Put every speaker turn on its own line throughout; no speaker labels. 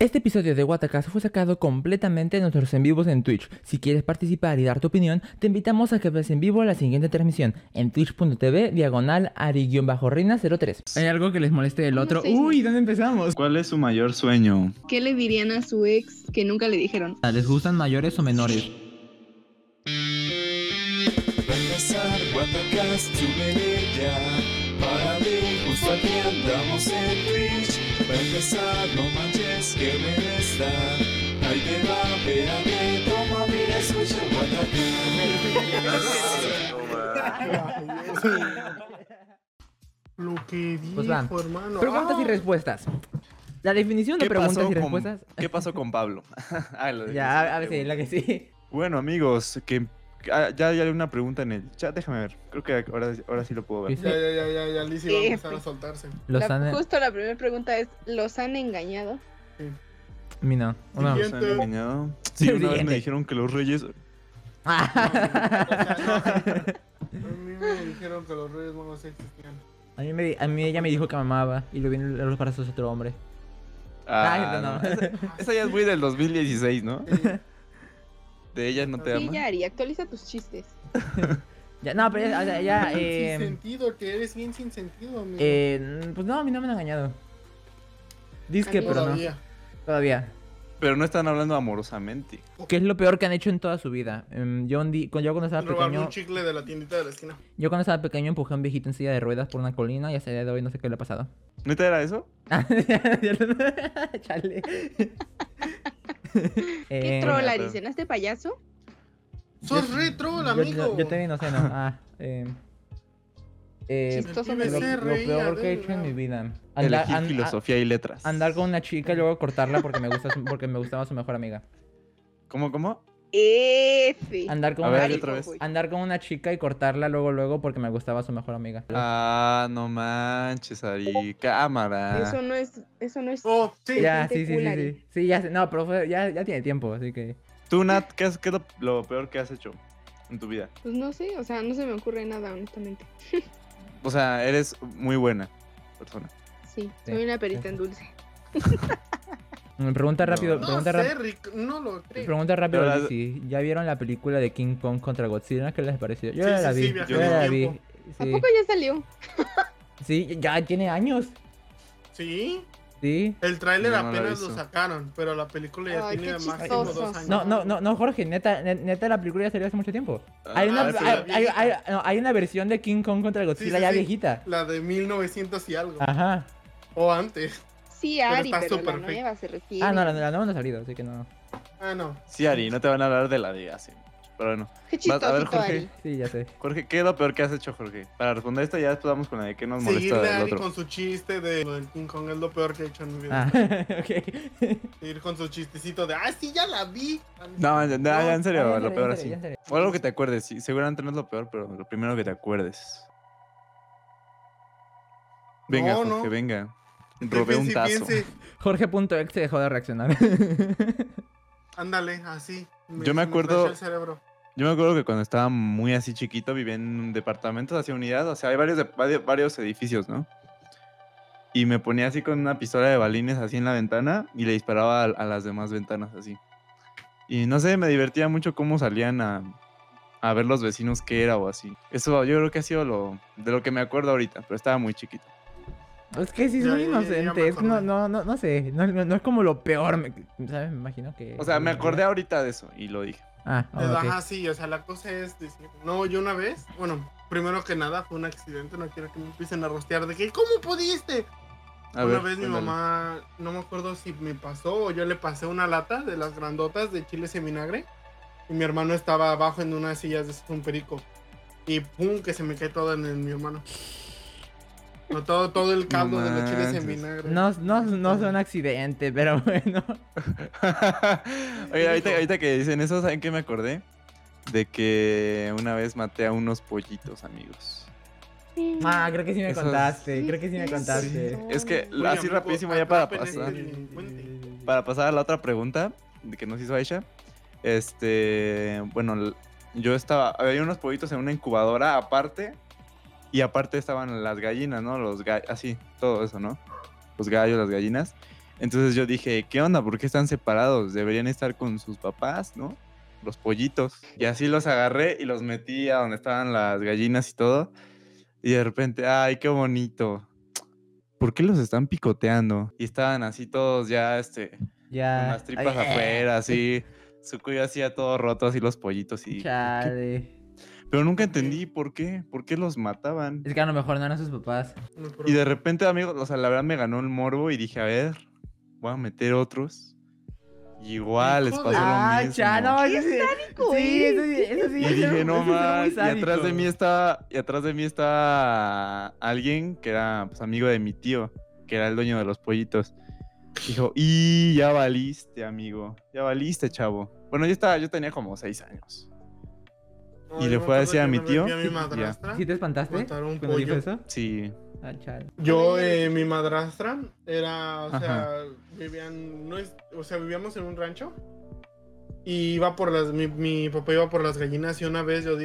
Este episodio de Watacaso fue sacado completamente de nuestros en vivos en Twitch. Si quieres participar y dar tu opinión, te invitamos a que veas en vivo la siguiente transmisión en twitch.tv diagonal ari-reina03. ¿Hay algo que les moleste del
Unos
otro?
seis
Uy, ¿dónde empezamos?
¿Cuál es su mayor sueño?
¿Qué le dirían a su ex que nunca le dijeron?
Ah, ¿Les gustan mayores o menores?
Va a empezar Guatacas, súbele ya Para mí, justo aquí andamos en Twitch Va a empezar, no manches, que me está Ahí te va, véame, toma, mira, escucha
Lo que dijo,
Pues van.
hermano.
Preguntas y
Ah,
respuestas. La definición de preguntas y respuestas.
¿Qué pasó con Pablo? Ah, lo dije, sí,
Ya, a ver
pregunta.
si la que sí.
Bueno, amigos, que ah, ya, ya hay una pregunta en el chat. Déjame ver. Creo que ahora, ahora sí lo puedo ver.
Sí.
Ya, ya, ya, ya, ya, Lizzy va a
Sí,
empezar
sí.
a soltarse.
Los
La-
han...
Justo la primera pregunta es, ¿los han engañado?
Mina. Una...
Siguiente.
¿Nos han engañado? Sí, una vez me
Siguiente.
dijeron que los reyes.
A mí me dijeron que los reyes magos sí existían.
A mí, me, a mí ella me dijo que me amaba y lo vi en los brazos de otro hombre. Ay, no,
Ah,
no.
Esa, esa ya es muy del 2016, ¿no?
Sí.
De ellas no te
Sí,
Sí,
ama.
ya, Ari, actualiza tus chistes.
Ya, no, pero ya, ya, Pues, ya,
Bien
eh,
sin sentido, que eres bien sin sentido, amigo.
eh, pues no, a mí no me han engañado. Dice que, pero no,
Todavía.
todavía.
Pero no están hablando amorosamente.
¿Qué es lo peor que han hecho en toda su vida? Em, yo, un di- cuando- yo cuando estaba
Robarme
pequeño,
un chicle de la tiendita de la esquina.
yo cuando estaba pequeño empujé a un viejito en silla de ruedas por una colina y hasta el día de hoy no sé qué le ha pasado.
¿Neta era eso?
Chale.
¿Qué
Eh,
troll, Ari?
pero-
¿Cenaste payaso?
Sos retro,
yo-
amigo.
Yo, yo también no sé, no. Ah, eh, eh,
El
Chistoso,
pibe
lo,
se
lo
reía
peor que he
del
hecho en mi
lado.
vida. Andar-
Elegir
an- a-
filosofía y letras.
andar con una chica y luego cortarla porque me gusta su- porque me gustaba su mejor amiga.
¿Cómo, cómo?
F.
Andar con
A
una
ver,
Ari,
chica,
otra vez.
confuy.
andar con una chica y cortarla luego luego porque me gustaba su mejor amiga.
Ah, no manches, Ari. Cámara.
Ah.
Eso no es, eso no es...
Oh, sí.
ya,
gente
sí, sí,
cool,
sí,
Ari.
sí. Sí, ya, sé- no, pero fue- ya, ya tiene tiempo, así que
Tú, Nat, ¿qué, has- qué es lo, lo peor que has hecho en tu vida?
Pues no sé, o sea, no se me ocurre nada, honestamente.
O sea, eres muy buena persona.
Sí,
Sí,
soy una perita
sí,
en dulce.
me mm, pregunta
No.
rápido,
No
pregunta,
sé,
ráp-
Rick, no lo creo.
pregunta rápido,
Pero la-
Lizzy, ¿ya vieron la película de King Kong contra Godzilla? ¿Qué les pareció? Yo
Sí,
ya
sí,
la
sí,
vi,
viajé
yo
en
ya
el
la vi.
tiempo.
¿A
Sí,
poco ya salió?
sí, ya tiene años.
Sí.
Sí.
El tráiler
Yo no lo he
apenas
visto.
lo sacaron, pero la película ya
Ay,
tiene
qué
máximo
chistosos.
dos años.
No, no, no, no, Jorge, neta, ne- neta la película ya salió hace mucho tiempo. Hay
Ah,
una,
pero-
hay, hay- hay- no, hay una versión de King Kong contra Godzilla
sí,
ya
sí.
viejita.
La de 1900 y algo.
Ajá.
O antes.
Sí,
Pero
Ari,
está
pero la
súper fake.
nueva se refiere.
Ah, no, la, la nueva no ha salido, así que no.
Ah, no.
Sí, Ari, no te van a hablar de la de hace. Pero bueno.
Qué
Vas- a ver,
chistosito,
Jorge.
Ari.
Sí, ya sé.
Jorge, ¿qué es lo peor que has hecho, Jorge? Para responder esta ya después vamos con la de qué nos molesta
Seguirle a
del
Ari
otro.
con su chiste de lo del King Kong es lo peor que he hecho en mi vida.
Ah, ok.
Seguir con su chistecito de, ah, sí, ya la vi.
No, ya- no,
No,
ya en serio,
Ah, ya en
lo
serio,
peor
ya en serio,
así.
ya en serio.
O algo que te acuerdes, sí, seguramente no es lo peor, pero lo primero que te acuerdes. Venga,
No,
Jorge,
no.
venga. Robé un
Piense,
tazo.
piense.
Jorge.exe dejó de reaccionar.
Ándale, así.
Yo me
se
acuerdo-
flashó el cerebro.
Yo me acuerdo que cuando estaba muy así chiquito vivía en un departamento hacia unidad, o sea, hay varios, de- vario- varios edificios, ¿no? Y me ponía así con una pistola de balines así en la ventana y le disparaba a, a las demás ventanas así. Y no sé, me divertía mucho cómo salían a, a ver los vecinos qué era o así. Eso yo creo que ha sido lo de lo que me acuerdo ahorita, pero estaba muy chiquito.
es que sí, es
Ya,
muy
ya, ya, ya me
inocente. es que no,
acordé.
no, no, no sé. No, no- no es como lo peor. me- ¿Sabes? Me imagino que.
O sea, me acordé ahorita de eso y lo dije.
Ah, ah,
Te
ok.
baja así, o sea, la cosa es decir, no, yo una vez, bueno, primero que nada fue un accidente, no quiero que me empiecen a rostear de que, ¿cómo pudiste?
A
una
ver,
vez mi
cuéntale.
mamá, no me acuerdo si me pasó o yo le pasé una lata de las grandotas de chiles en vinagre y mi hermano estaba abajo en unas sillas de esas, un perico y pum, que se me cae todo en el- mi hermano. No, todo, todo el caldo de los chiles en
manches.
vinagre.
No, no, no es un accidente, pero bueno.
Oye, ahorita,
Hijo.
ahorita que dicen eso, ¿saben qué me acordé? De que una vez maté a unos pollitos, amigos.
Ah, creo que sí me
Eso es-
contaste. Creo que sí me
Sí,
contaste.
sí.
Es que
Oye,
así
amigo,
rapidísimo ya para
atrapen ese
pasar,
delincuente.
para pasar a la otra pregunta de que nos hizo Aisha. Este, bueno, l- yo estaba, había unos pollitos en una incubadora aparte y aparte estaban las gallinas, ¿no? Los ga- así, todo eso, ¿no? Los gallos, las gallinas. Entonces yo dije, ¿qué onda? ¿Por qué están separados? Deberían estar con sus papás, ¿no? Los pollitos. Y así los agarré y los metí a donde estaban las gallinas y todo. Y de repente, ay, qué bonito. ¿Por qué los están picoteando? Y estaban así todos ya, este, con
Ya.
las tripas
Ay, eh,
afuera, así. Su cuello así ya todo roto, así los pollitos. Y,
Chale.
Pero nunca entendí por qué, por qué los mataban.
Es que a lo mejor no eran sus papás.
No, pero-
Y de repente, amigos, o sea, la verdad me ganó el morbo y dije, a ver, voy a meter otros. Y igual les
Hijo
pasó
de-
lo
Ah,
mismo.
ya, no,
¡Qué
eso sí-
sádico
Sí,
es!
eso sí, eso sí.
Y
es
dije,
ser-
no
eso es ser muy
más. Y atrás de
sádico.
mí está, y atrás de mí está alguien que era pues, amigo de mi tío, que era el dueño de los pollitos. Dijo, y ya valiste, amigo. Ya valiste, chavo. Bueno, yo estaba, yo tenía como seis años.
No,
y
yo
le fue a
me acuerdo
decir a
que
mi
me
tío,
metí a mi
ya.
madrastra.
¿Sí te espantaste
Matar un
cuando dijo
pollo.
eso?
Sí.
Ah, chale.
Yo, eh, mi madrastra era, o sea,
Ajá.
vivían, no es, o sea, vivíamos en un rancho y iba por las, mi, mi papá iba por las gallinas y una vez yo di-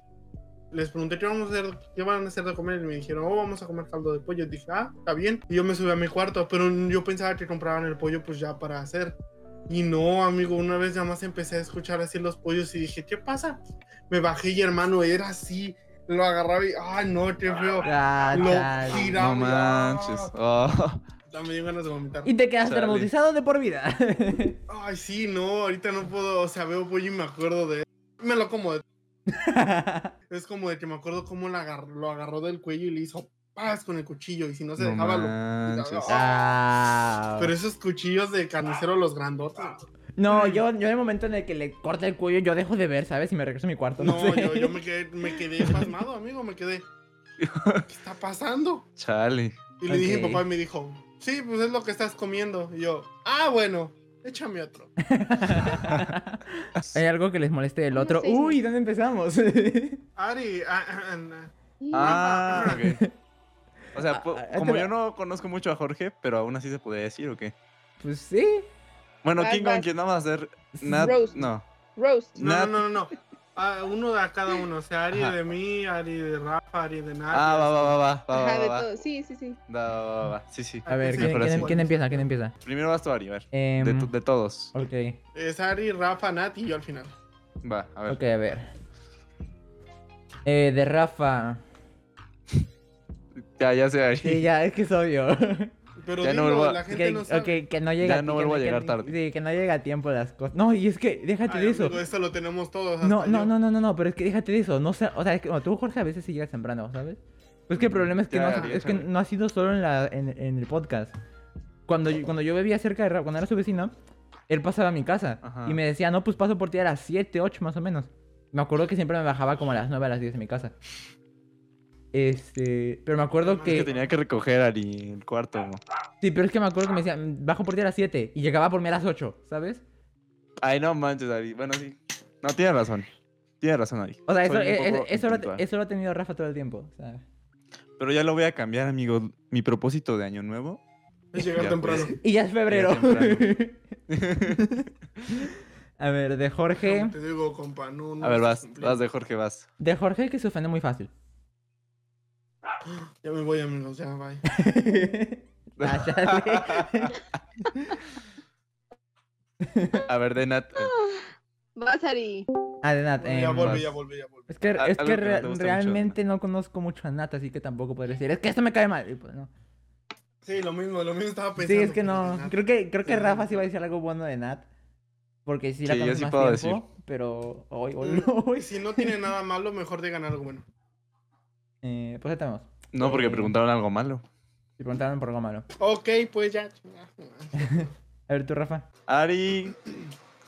les pregunté qué vamos a hacer, qué van a hacer de comer y me dijeron, oh, vamos a comer caldo de pollo. Y dije, ah, está bien. Y yo me subí a mi cuarto, pero yo pensaba que compraban el pollo pues ya para hacer. Y no, amigo, una vez nada más empecé a escuchar así los pollos y dije, ¿qué pasa? Me bajé y hermano, era así. Lo agarraba y, ay, no, qué feo.
Ah,
Lo
chale.
gira-
No
Mira, mira.
manches. Oh.
También ganas de vomitar.
Y te quedaste
Chale.
traumatizado de por vida.
Ay, sí, no, ahorita no puedo, o sea, veo pollo y me acuerdo de él. Me lo como de... Es como de que me acuerdo cómo lo agarró, lo agarró del cuello y le hizo paz con el cuchillo y si no se
No
dejaba lo...
manches.
Ah.
Pero esos cuchillos de carnicero los grandotes.
No, yo, yo en el momento en el que le corta el cuello, yo dejo de ver, ¿sabes? Y me regreso a mi cuarto. No,
No,
sé.
yo, yo me quedé, me quedé pasmado, amigo, me quedé... ¿Qué está pasando?
Chale.
Y le dije a mi
Ok.
papá y me dijo, sí, pues es lo que estás comiendo. Y yo, ah, bueno, échame otro.
Hay algo que les moleste del
¿Cómo
otro.
se dice?
Uy, ¿dónde empezamos?
Ari, ah, ah, ah, nah.
Ah, ok. O sea,
Ah,
po-
ah,
como
te-
yo no conozco mucho a Jorge, pero aún así se podría decir, ¿o qué?
pues sí.
Bueno,
Vas,
¿quién con
vas.
quién vamos a hacer? Nat-
Rose.
No.
Roast.
No,
Nat-
no, no, no. no. Ah, uno de a cada uno. O sea, Ari
Ajá.
de mí, Ari de Rafa, Ari de Nadia.
Ah, va, va, va, va, va,
Ajá,
va,
de
va,
todo. Sí, sí, sí.
va, va, va, va, va. Sí, sí.
A ver,
Sí,
¿quién,
mejor
quién-
así.
quién empieza? ¿Quién empieza?
Primero vas tú, Ari, a ver.
Em,
De, tu- de todos.
ok,
Es Ari, Rafa, Nat y yo al final.
Va, a ver.
ok, a ver. Eh, de Rafa.
Ya, ya sé, Ari.
Sí, ya, es que es obvio.
Pero
Ya no
dilo,
vuelvo a-
la
que,
gente no sabe.
ok, que no llega
Ya no
que
vuelvo a
que-
llegar tarde.
Sí, que no llega a tiempo las cosas. No, y es que, déjate
Ay,
de eso.
amigo, esto lo tenemos todos. hasta
No, no,
yo.
no, no, no, no, pero es que déjate de eso. No, sé- o sea, es que bueno, tú, Jorge, a veces sí llegas temprano, ¿sabes? Pues que el problema es que,
Ya,
no,
ya,
has- es que
Mm, déjame.
no ha sido solo en, la, en, en el podcast. Cuando yo, cuando yo bebía cerca de Ra- cuando era su vecino, él pasaba a mi casa
Ajá.
y me decía, no, pues paso por ti a las 7, 8 más o menos. Me acuerdo que siempre me bajaba como a las 9, a las 10 de mi casa. Este, pero me acuerdo
Es
Es
que...
que tenía que recoger, Ari, el cuarto.
Sí, pero es que me acuerdo que me decía, bajo por ti a las 7 y llegaba por mí a las 8, ¿sabes?
Ay, no manches, Ari. Bueno, sí. No, tienes razón. Tienes razón, Ari.
O sea, eso,
Soy un
es-
poco
es- eso, lo,
impuntual.
eso lo ha tenido Rafa todo el tiempo. o sea.
Pero ya lo voy a cambiar, amigo. Mi propósito de año nuevo.
Es llegar
Ya,
temprano.
Y ya es febrero.
temprano.
A ver, de Jorge.
Como Te digo, compa, no, no
A ver,
se
vas,
cumple.
vas de Jorge, vas.
De Jorge que se ofende muy fácil.
Ya me voy, amigos, ya, bye.
Ah, chale.
A ver, de Nat.
Vas, Ari.
Ah, de Nat,
ya
em,
volví,
vas.
ya volví, ya volví.
es que,
Al-
es
algo
que
que no
re-
te gusta
realmente no conozco mucho a Nat, así que tampoco podría decir. Es que esto me cae mal. Y pues, no.
Sí, lo mismo, lo mismo estaba
Sí,
pensando.
es que no. Creo que, creo que
Sí.
Rafa sí va a decir algo bueno de Nat. Porque sí la
Sí, yo
conoce
sí
más
puedo
tiempo, pero hoy, hoy no.
Y Si no tiene nada malo, mejor digan algo bueno.
Eh, pues ya tenemos.
No, porque preguntaron algo malo.
Y preguntaron por algo malo.
Ok, pues ya. chinga.
A ver, tú, Rafa.
Ari.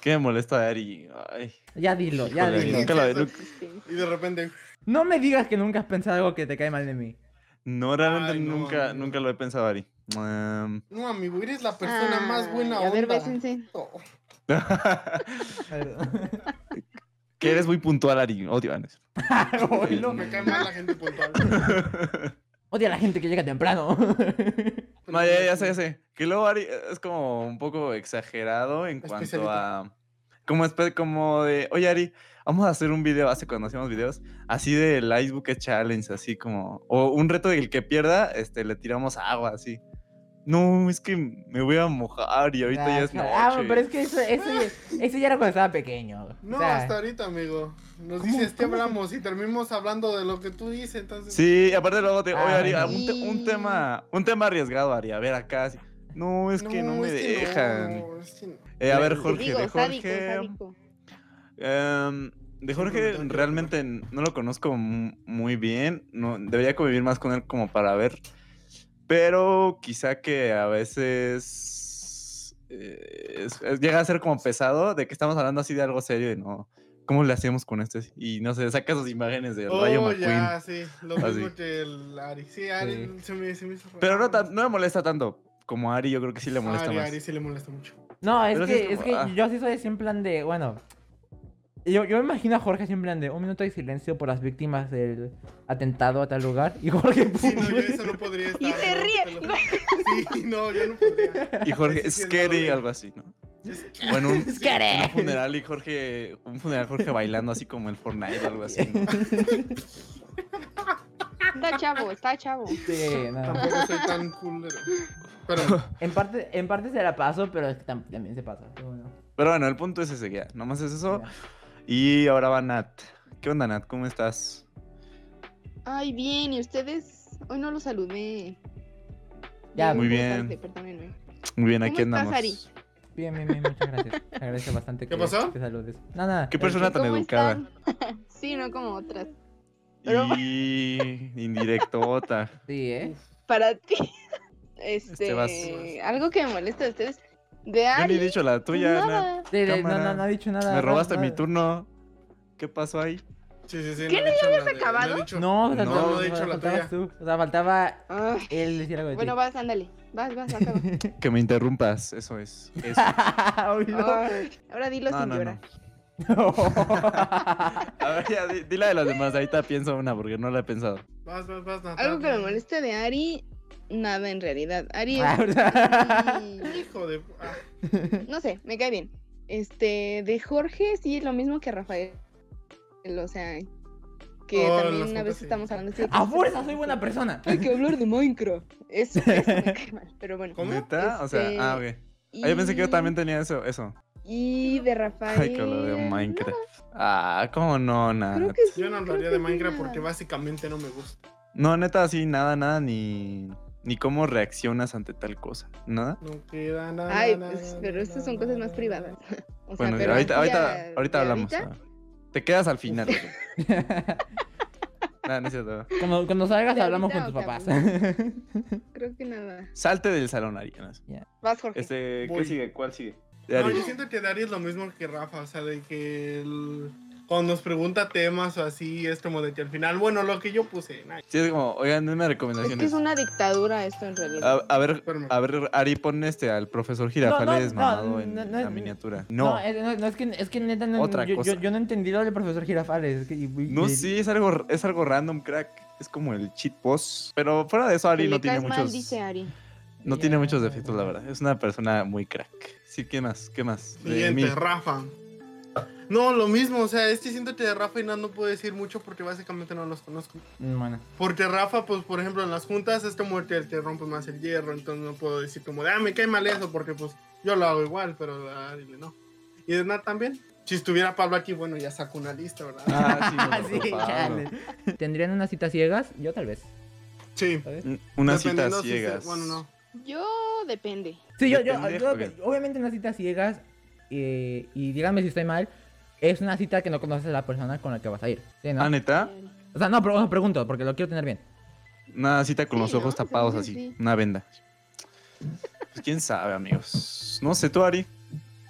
¿Qué me molesta de Ari? Ay.
Ya dilo, ya
Híjole,
dilo.
nunca lo-
Sí,
Este,
Y de repente,
No me digas que nunca has pensado algo que te cae mal de mí.
No, realmente
Ay, no,
nunca,
amigo.
nunca lo he pensado, Ari. Mm.
no, amigo, eres la persona más buena
Ay, Ah, A ver,
onda.
bésense.
Oh.
que eres muy puntual, Ari. Odio, ah, no es cierto.
Oilo.
Me cae mal la gente puntual.
Odia a la gente que llega temprano.
No, ya, ya sé, ya sé. Que luego Ari es como un poco exagerado en cuanto
Especialito.
a. Como, espe- como de, oye Ari, vamos a hacer un video, hace cuando hacíamos videos, así del Ice Bucket Challenge, así como, o un reto del que pierda, este, le tiramos agua, así. no, es que me voy a mojar y ahorita
Ah,
ya es noche.
claro. Ah, bueno, pero es que eso, eso, ya- eso ya era cuando estaba pequeño.
No,
o sea,
hasta ahorita, amigo. Nos
¿Cómo-
dices que
cómo se-
hablamos y terminamos hablando de lo que tú dices, entonces.
Sí, aparte luego te, oye,
Ah,
Ari, ah, un, te- un
sí.
tema, un tema arriesgado, Ari, a ver acá. así, No, es que no, me
es que
dejan.
no, es que no.
Eh, a ver,
Te
Jorge,
digo,
de
sádico,
Jorge.
sádico.
em, de Jorge
Jorge.
realmente no lo conozco mu- muy bien. No, debería convivir más con él como para ver. Pero quizá que a veces eh, es- es- llega a ser como pesado de que estamos hablando así de algo serio y no. ¿Cómo le hacemos con este? Y no sé, saca sus imágenes de Rayo
Oh,
McQueen.
ya, sí. Lo
Así.
mismo que el Ari. Sí, Ari Se, me, se me hizo
Pero no,
raro.
tan- no me molesta tanto. Como a Ari, yo creo que sí le molesta
Ari,
más.
Ari sí le molesta mucho.
No, es
Pero sí
que,
es
es
como,
que
ah.
yo sí soy así en plan de, bueno, yo, yo me imagino a Jorge así en plan de un minuto de silencio por las víctimas del atentado a tal lugar y Jorge... pues,
Sí, no, yo eso no podría estar.
Y se
¿no?
ríe.
Te lo- Sí, no, yo no podría.
Y Jorge,
Ese sí es
scary,
malo.
algo así, ¿no? Bueno, un, un funeral y Jorge, un funeral Jorge bailando así como el Fortnite o algo así. ¿no?
Está chavo, está chavo.
Sí, este, no.
Tampoco soy tan culero. Pero
En parte, en parte se la paso, pero es que tam- también se pasa. pero bueno.
Pero bueno, el punto es ese ya. Nomás es eso.
Ya.
Y ahora va Nat. ¿Qué onda, Nat? ¿Cómo estás?
Ay, bien, ¿y ustedes? Hoy no los saludé.
Ya,
Muy
importante,
bien.
Perdónenme.
Muy bien, aquí
¿Cómo estás,
andamos.
Ari?
Bien, bien, bien, muchas gracias. Te agradezco bastante
¿Qué
que
pasó?
te saludes. Nada,
¿Qué persona tan
¿Cómo
educada?
están? sí, no como otras. Pero-
Y indirectota.
Sí, ¿eh?
Para ti. Este,
vas.
algo que me molesta de ustedes. De
Yo ni
Ari.
he dicho la tuya, Nat.
nada.
Sí, de- no, no,
Cámara.
no ha dicho nada.
Me
no,
robaste
no.
mi turno. ¿Qué pasó ahí?
sí, sí, sí.
¿Qué,
no he dicho la de- no he
acabado?
dicho-
No, o sea,
no,
tú-
no he dicho la
faltabas
tuya.
tú. O sea, faltaba
Ah,
él decir algo de
bueno, vas, ándale. Vas, vas, acaba.
Que me interrumpas. Eso es. Eso.
va.
Ay, ahora dilo
No,
sin
no,
llorar.
no. A ver, ya, di, di la de los demás. Ahorita pienso una porque no la he pensado.
Vas, vas, vas, Natalia.
Algo que me moleste de Ari, nada en realidad. Ari
Ah,
es muy-
Hijo de. ah,
No sé, me cae bien. Este, de Jorge sí es lo mismo que Rafael. O sea, que
Oh,
también
las
una vez
fantasías.
estamos hablando así de que-
A fuerza, soy buena persona.
Hay que hablar de Minecraft. Eso, eso me cae mal, pero bueno.
¿Cómo?
¿Neta? O sea,
Este,
ah, ok. Ah, yo pensé que yo también tenía eso. eso.
Y de Rafael.
Ay, que lo de
no,
Minecraft. Ah, ¿cómo no, nada?
creo que sí,
Yo no hablaría
creo
de
que
Minecraft
nada.
porque básicamente no me gusta.
No, neta, así, nada, nada, ni, ni cómo reaccionas ante tal cosa. ¿Nada?
No queda nada.
Ay, pues, pero estas son cosas más privadas. O sea,
Bueno,
pero
ahorita,
aquí
ahorita,
a-
ahorita
de
hablamos.
ahorita,
a ver. Te quedas al final. güey. Nada, no es cierto.
Cuando, cuando salgas
¿De
hablamos con
ahorita
tus
o
papás.
Creo que nada.
Salte del salón, Ariana.
Vas, Jorge.
Este, ¿qué
Voy.
sigue? ¿Cuál sigue? De
No,
Ari.
yo siento que Dari es lo mismo que Rafa, o sea, de que el- cuando nos pregunta temas o así, es como de que al final, bueno, lo que yo puse, nice.
Sí, es como, oigan, denme
Es que
recomendaciones.
es una dictadura esto en
A,
realidad.
a ver,
Espérame.
a ver, Ari, pon este al profesor Girafales
no,
mamado en
no, no,
la
no.
miniatura.
No,
No,
es, no, no, es que, es que neta no,
Otra
yo,
cosa.
Yo, yo no he entendido del profesor Girafales. es que- y- y-
no,
y-
sí, es algo, es algo random, crack. Es como el cheat boss. Pero fuera de eso,
Que
Ari
le
no tiene
caes mal,
muchos.
dice Ari.
No tiene
Ya,
muchos
ya,
defectos, la
ya.
verdad. Es una persona muy crack. Sí, ¿qué más? ¿Qué más? De
Siguiente,
mí.
Rafa. No, lo mismo, o sea, este siento que de Rafa y Nat no puedo decir mucho porque básicamente no los conozco.
Mm, Bueno,
Porque Rafa, pues, por ejemplo, en las juntas es como el que, el que rompe más el hierro, entonces no puedo decir como de, ah, me cae mal eso, porque pues yo lo hago igual, pero a Ari le no. Y de Nat también. Si estuviera Pablo aquí, bueno, ya saco una lista, ¿verdad?
Ah, sí,
Ah,
no,
sí,
Pablo.
chale. ¿Tendrían unas citas ciegas? Yo tal vez.
Sí.
Unas citas
Dependiendo si se-
ciegas.
bueno, no.
Yo depende.
Sí, yo, yo,
Depende,
yo-
ok.
obviamente unas citas ciegas, eh, y díganme si estoy mal, es una cita que no conoces a la persona con la que vas a ir. ¿sí, no?
Ah, neta.
O sea, no, pero os pregunto, porque lo quiero tener bien.
Una cita con
Sí,
los ojos
¿no?
tapados
Según yo,
así.
sí.
Una venda. Pues quién sabe, amigos. No sé, tú, Ari.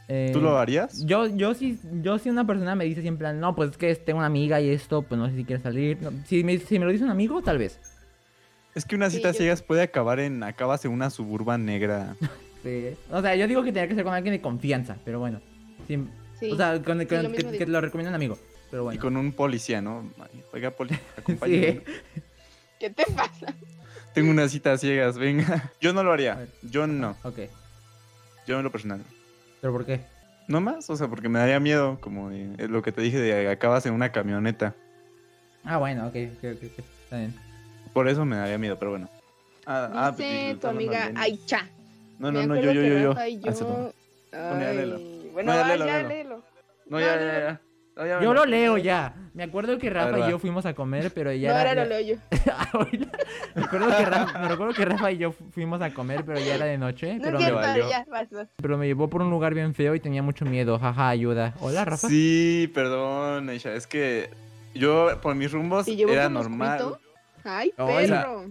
Eh,
¿Tú lo harías?
Yo, yo sí, yo si una persona me dice así en plan, no, pues es que tengo una amiga y esto, pues no sé si quieres salir. No, si, me, si me lo dice un amigo, tal vez.
Es que una
Sí,
cita
yo-
ciegas puede acabar en. Acabas en una suburba negra.
Sí. O sea, yo digo que tenía que ser con alguien de confianza, pero bueno. Sí,
Sí.
O sea, con- con-
lo
que,
mismo
que
digo.
te lo recomienda un amigo. Pero
Y
bueno.
con un policía, ¿no? Ay, Oiga, policía,
Sí.
acompáñame.
¿Qué te pasa?
Tengo una cita ciegas, venga. Yo no lo
A
haría.
ver.
Yo no.
Ok.
Yo en lo personal.
¿Pero por qué?
No más, o sea, porque me daría miedo, como de- es lo que te dije, de acabas en una camioneta.
Ah, bueno, ok, ok, ok, ok, Está bien.
Por eso me daría miedo, pero bueno. Ah, ah, pues,
Dice tu
disfrutarlo más
amiga
bien.
Aicha.
No, no,
Me
no, yo,
acuerdo
yo,
que
yo, yo.
Rafa y
Ah, se tomó.
yo-
Bueno, ya
Ay,
léelo.
Bueno,
No, ya
ah,
léelo,
ya
léelo.
léelo.
No, ya,
no,
ya,
no.
ya. No, ya me
Yo lo
lo-
leo ya. Me acuerdo que Rafa
ver,
y
va.
yo fuimos a comer, pero ya
No,
era-
ahora lo
ya-
leo yo.
Ahorita- me, acuerdo que Rafa, me recuerdo que Rafa y yo fu- fuimos a comer, pero ya era de noche.
No
Pero
es
me,
cierto,
valió.
ya, vas, vas.
pero me llevó por un lugar bien feo y tenía mucho miedo. Jaja, ayuda. Hola, Rafa.
Sí, perdón, Aisha, es que yo por mis rumbos
¿Te llevó
era
con
normal.
mosquito? Ay,
Ay, la-
perro.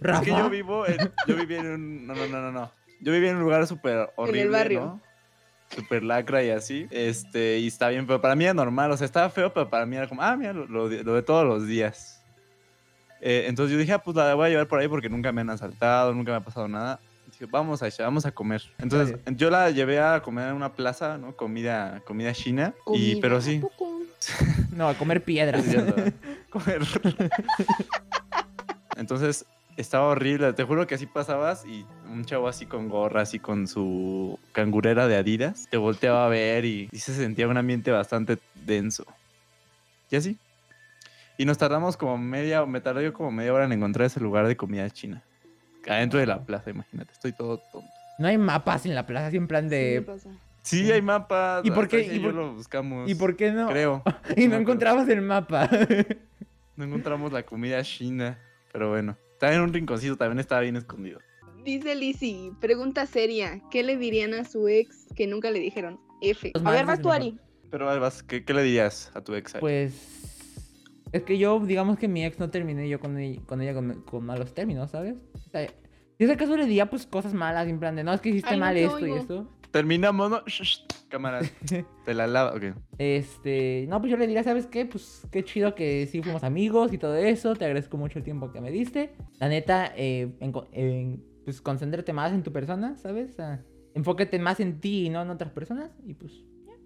Rafa.
Es que yo vivo en, yo viví en un no no no no no. Yo viví en un lugar súper horrible,
barrio.
¿no? Súper lacra y así. Este, y está bien, pero para mí era normal, o sea, estaba feo, pero para mí era como, ah, mira, lo, lo de- lo de todos los días. Eh, entonces yo dije, ah, pues la voy a llevar por ahí porque nunca me han asaltado, nunca me ha pasado nada. Dije, vamos allá, vamos a comer. Entonces, yo la llevé a comer en una plaza, ¿no? Comida, comida china. Y,
Comida,
pero
¿a
sí.
poco?
No, a comer piedras.
Es cierto, ¿eh? Comer. Entonces, estaba horrible. Te juro que así pasabas y un chavo así con gorra, así con su cangurera de Adidas, te volteaba a ver y, y se sentía un ambiente bastante denso. Y así. Y nos tardamos como media, me tardé yo como media hora en encontrar ese lugar de comida china. Adentro de la plaza, imagínate. Estoy todo tonto.
No hay mapas en la plaza, así en plan
Eh,
Sí, me
de.
pasa.
Sí, hay mapas.
¿Y por qué?
Aisha
¿Y
yo
por-
lo buscamos.
¿Y por qué no?
Creo.
y
no
no
creo.
encontrabas el mapa.
No encontramos la comida china, pero bueno. Estaba en un rinconcito, también estaba bien escondido.
Dice Lizzy, pregunta seria, ¿qué le dirían a su ex que nunca le dijeron? F.
Los
A ver,
mandas
vas tú,
mejor.
Ari.
Pero Albas, ¿qué, qué le dirías a tu ex? Ari?
Pues. Es que yo, digamos que mi ex no terminé yo con ella con, ella con, con malos términos, ¿sabes? O sea, si es acaso le diría pues cosas malas, en plan de no, es que hiciste
Ay, no
mal
te
esto y
oigo.
esto.
Terminamos, ¿no? Shh, shh, cámara. Te la lava, ok.
Este, no, pues yo le diría, ¿sabes qué? Pues qué chido que sí fuimos amigos y todo eso. Te agradezco mucho el tiempo que me diste. La neta, eh, en co- en, pues concéntrate más en tu persona, ¿sabes? O sea, enfócate más en ti y no en otras personas. Y pues,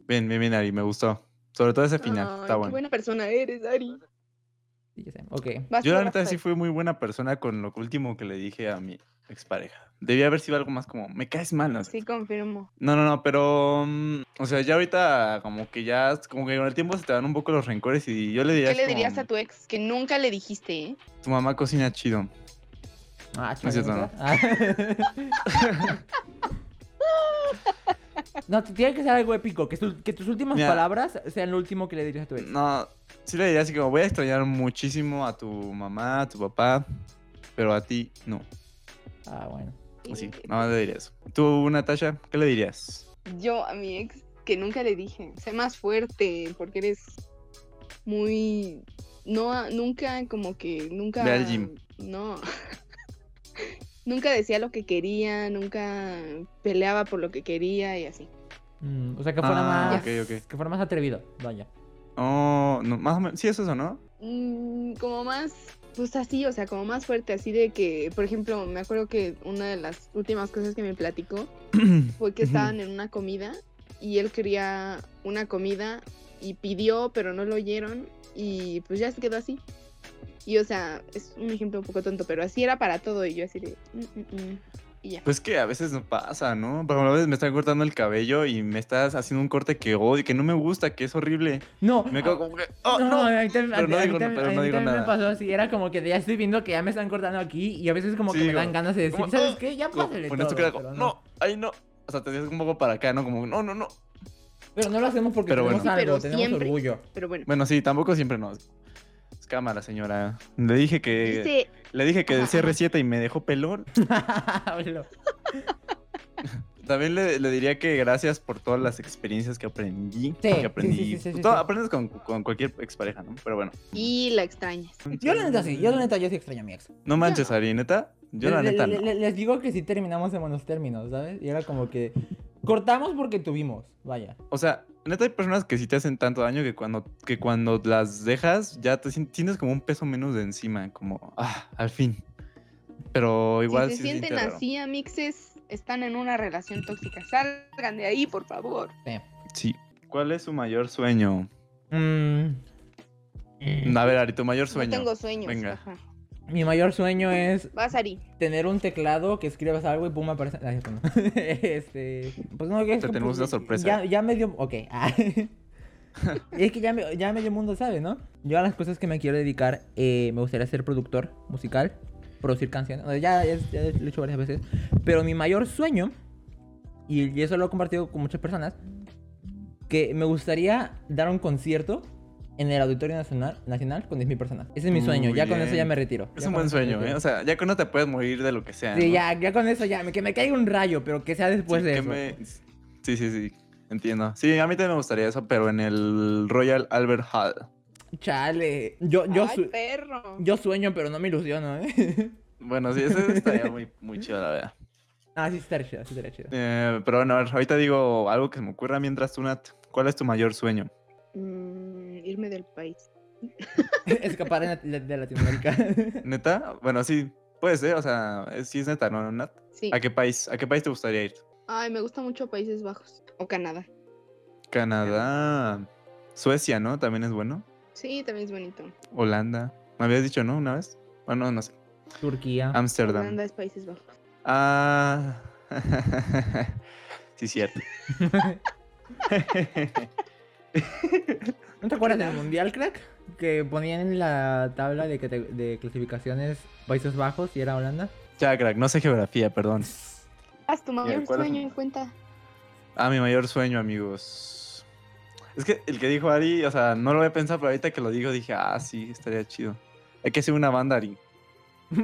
Bien, bien, bien, Ari, me gustó. Sobre todo ese final,
Ay,
está
qué
bueno.
buena persona eres, Ari.
sí, ya saben. Ok.
Vas
Yo
tú, vas
la neta
tú,
sí
Ari.
fui muy buena persona con lo último que le dije a mi expareja. Debía haber sido algo más como, me caes mal, ¿no?
Sí, confirmo.
No, no, no, pero... mm, o sea, ya ahorita como que ya, como que con el tiempo se te dan un poco los rencores y yo le diría...
¿Qué le dirías a tu ex que nunca le dijiste, eh?
Tu mamá cocina chido.
Ah,
No es cierto,
chale, ah. No, t- tiene que ser algo épico. Que, tu- que tus últimas
Mira.
palabras sean lo último que le dirías a tu ex.
No, sí le diría así como voy a extrañar muchísimo a tu mamá, a tu papá, pero a ti no.
Ah, bueno.
Así, nada más le diría eso. ¿Tú, Natasha, qué le dirías?
Yo a mi ex que nunca le dije, sé más fuerte porque eres muy no nunca como que nunca
Ve al gym.
no. nunca decía lo que quería, nunca peleaba por lo que quería y así.
Mm, o sea, que fuera
Ah,
más.
ok, ok.
Que fuera más atrevido. Vaya.
Oh, no, más o menos, sí es eso, ¿no?
Mm, como más pues así, o sea, como más fuerte, así de que, por ejemplo, me acuerdo que una de las últimas cosas que me platicó fue que
Ujú.
estaban en una comida y él quería una comida y pidió, pero no lo oyeron y pues ya se quedó así. Y o sea, es un ejemplo un poco tonto, pero así era para todo y yo así de... "Mm, mm, mm", y ya.
Pues que a veces no pasa, ¿no? Por ejemplo, a veces me están cortando el cabello y me estás haciendo un corte que odio, que no me gusta, que es horrible.
No.
Me quedo como que, oh,
no,
no.
a mí también, a
Pero no
mí- a mí
digo-
también-
pero
a
no
mí
digo
también me
nada.
pasó así. Era como que ya estoy viendo que ya me están cortando aquí y a veces como que
Sí,
me dan
como-
ganas de decir,
como,
¿sabes
"Oh",
qué? Ya
Como
pásale
con
todo,
esto que era como,
pero
no, ahí no. O sea, te haces un poco para acá, ¿no? Como, no, no, no.
Pero no lo hacemos porque
Pero
tenemos
bueno.
algo,
Pero
tenemos
siempre.
orgullo.
Pero bueno.
Bueno, sí, tampoco siempre no. Es cámara, señora. Le dije que...
Dice,
Le dije que del
Ajá, ajá.
CR7 y me dejó pelón.
Hablo.
También le, le diría que gracias por todas las experiencias que aprendí.
Sí,
que aprendí.
sí, sí, sí, sí,
Pues
sí,
todo-
sí.
Aprendes con, con cualquier expareja, ¿no? Pero bueno.
y la extrañas.
Yo la neta sí, yo la neta yo sí extraño a mi ex.
No manches, Ari, neta. Yo la
Le-
neta
le-
no.
le- les digo que sí terminamos en buenos términos, ¿sabes? Y era como que cortamos porque tuvimos, vaya.
O sea, neta hay personas que sí te hacen tanto daño que cuando, que cuando las dejas ya te sien- sientes como un peso menos de encima. Como, ah, al fin. Pero igual
si se
sí se
sienten
siente raro.
así, amixes, están en una relación tóxica. Salgan de ahí, por favor.
Sí.
Sí. ¿Cuál es su mayor sueño?
Mm,
A ver, Ari, tu mayor sueño.
No tengo sueños.
Venga.
ajá.
mi mayor sueño es
Vas, Ari.
tener un teclado que escribas algo y pum, aparece. Ay, no. este. Pues no, que es
Te
que, pues,
tenemos una sorpresa.
Ya, ya medio. Ok. ah. es que ya, me- ya medio mundo sabe, ¿no? Yo a las cosas que me quiero dedicar, eh, me gustaría ser productor musical. producir canciones. O sea, ya, es- ya lo he hecho varias veces. Pero mi mayor sueño, y y eso lo he compartido con muchas personas, que me gustaría dar un concierto en el Auditorio Nacional, nacional con 10.000 personas. Ese es mi
Muy
sueño. Ya con
bien.
eso ya me retiro.
Es
Ya con
un buen
eso me
sueño,
retiro.
¿eh? O sea, ya que no te puedes morir de lo que sea.
Sí,
¿no?
ya, ya con eso ya, me- que me caiga un rayo, pero que sea después
Pues
Sí,
de
que
eso.
me- Sí, sí, sí. Entiendo. Sí, a mí también me gustaría eso, pero en el Royal Albert Hall.
Chale, yo, yo,
Ay,
su-
perro.
yo sueño, pero no me ilusiono, ¿eh?
Bueno, sí, eso estaría muy, muy chido, la verdad.
ah, sí, estaría chido, sí, estaría chido.
Eh, pero bueno, a ver, ahorita digo algo que se me ocurra mientras tú, Nat. ¿Cuál es tu mayor sueño?
Mm, irme del país.
Escapar en la- de, de Latinoamérica.
¿Neta? Bueno, sí, puede ser, o sea, es- sí es neta, ¿no, Nat?
Sí.
¿A qué país, a qué país te gustaría ir?
Ay, me gusta mucho Países Bajos o Canadá.
Canadá, Suecia, ¿no? También es bueno.
Sí, también es bonito.
Holanda. ¿Me habías dicho, no? Una vez. Bueno, no sé.
Turquía.
Ah,
Ámsterdam.
Holanda es Países Bajos.
Ah. sí, cierto.
¿No te acuerdas del Mundial, crack? Que ponían en la tabla de, cate- de clasificaciones Países Bajos y era Holanda.
ya, crack, no sé geografía, perdón.
Haz Ah, tu mayor
¿cuál es
sueño
tu-
en cuenta.
Ah, mi mayor sueño, amigos. Es que el que dijo Ari, o sea, no lo había pensado, pero ahorita que lo digo dije, ah, sí, estaría chido. Hay que hacer una banda, Ari.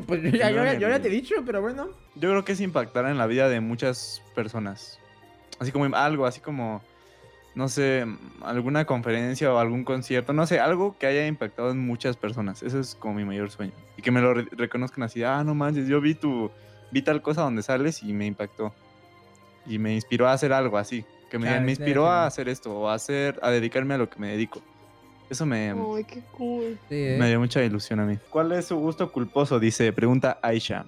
Pues yo ya, yo, ya- yo ya
Órale.
te he dicho, pero bueno.
Yo creo que es impactar en la vida de muchas personas. Así como algo, así como, no sé, alguna conferencia o algún concierto, no sé, algo que haya impactado en muchas personas. Eso es como mi mayor sueño. Y que me lo re- reconozcan así, ah, no manches, yo vi tu, vi tal cosa donde sales y me impactó. Y me inspiró a hacer algo así. Que me, digan,
Claro,
me
sí,
inspiró
claro.
a hacer esto o a, hacer, a dedicarme a lo que me dedico. Eso me,
Ay, qué cool.
Sí, ¿eh?
me dio mucha ilusión a mí. ¿Cuál es su gusto culposo? Dice, pregunta Aisha.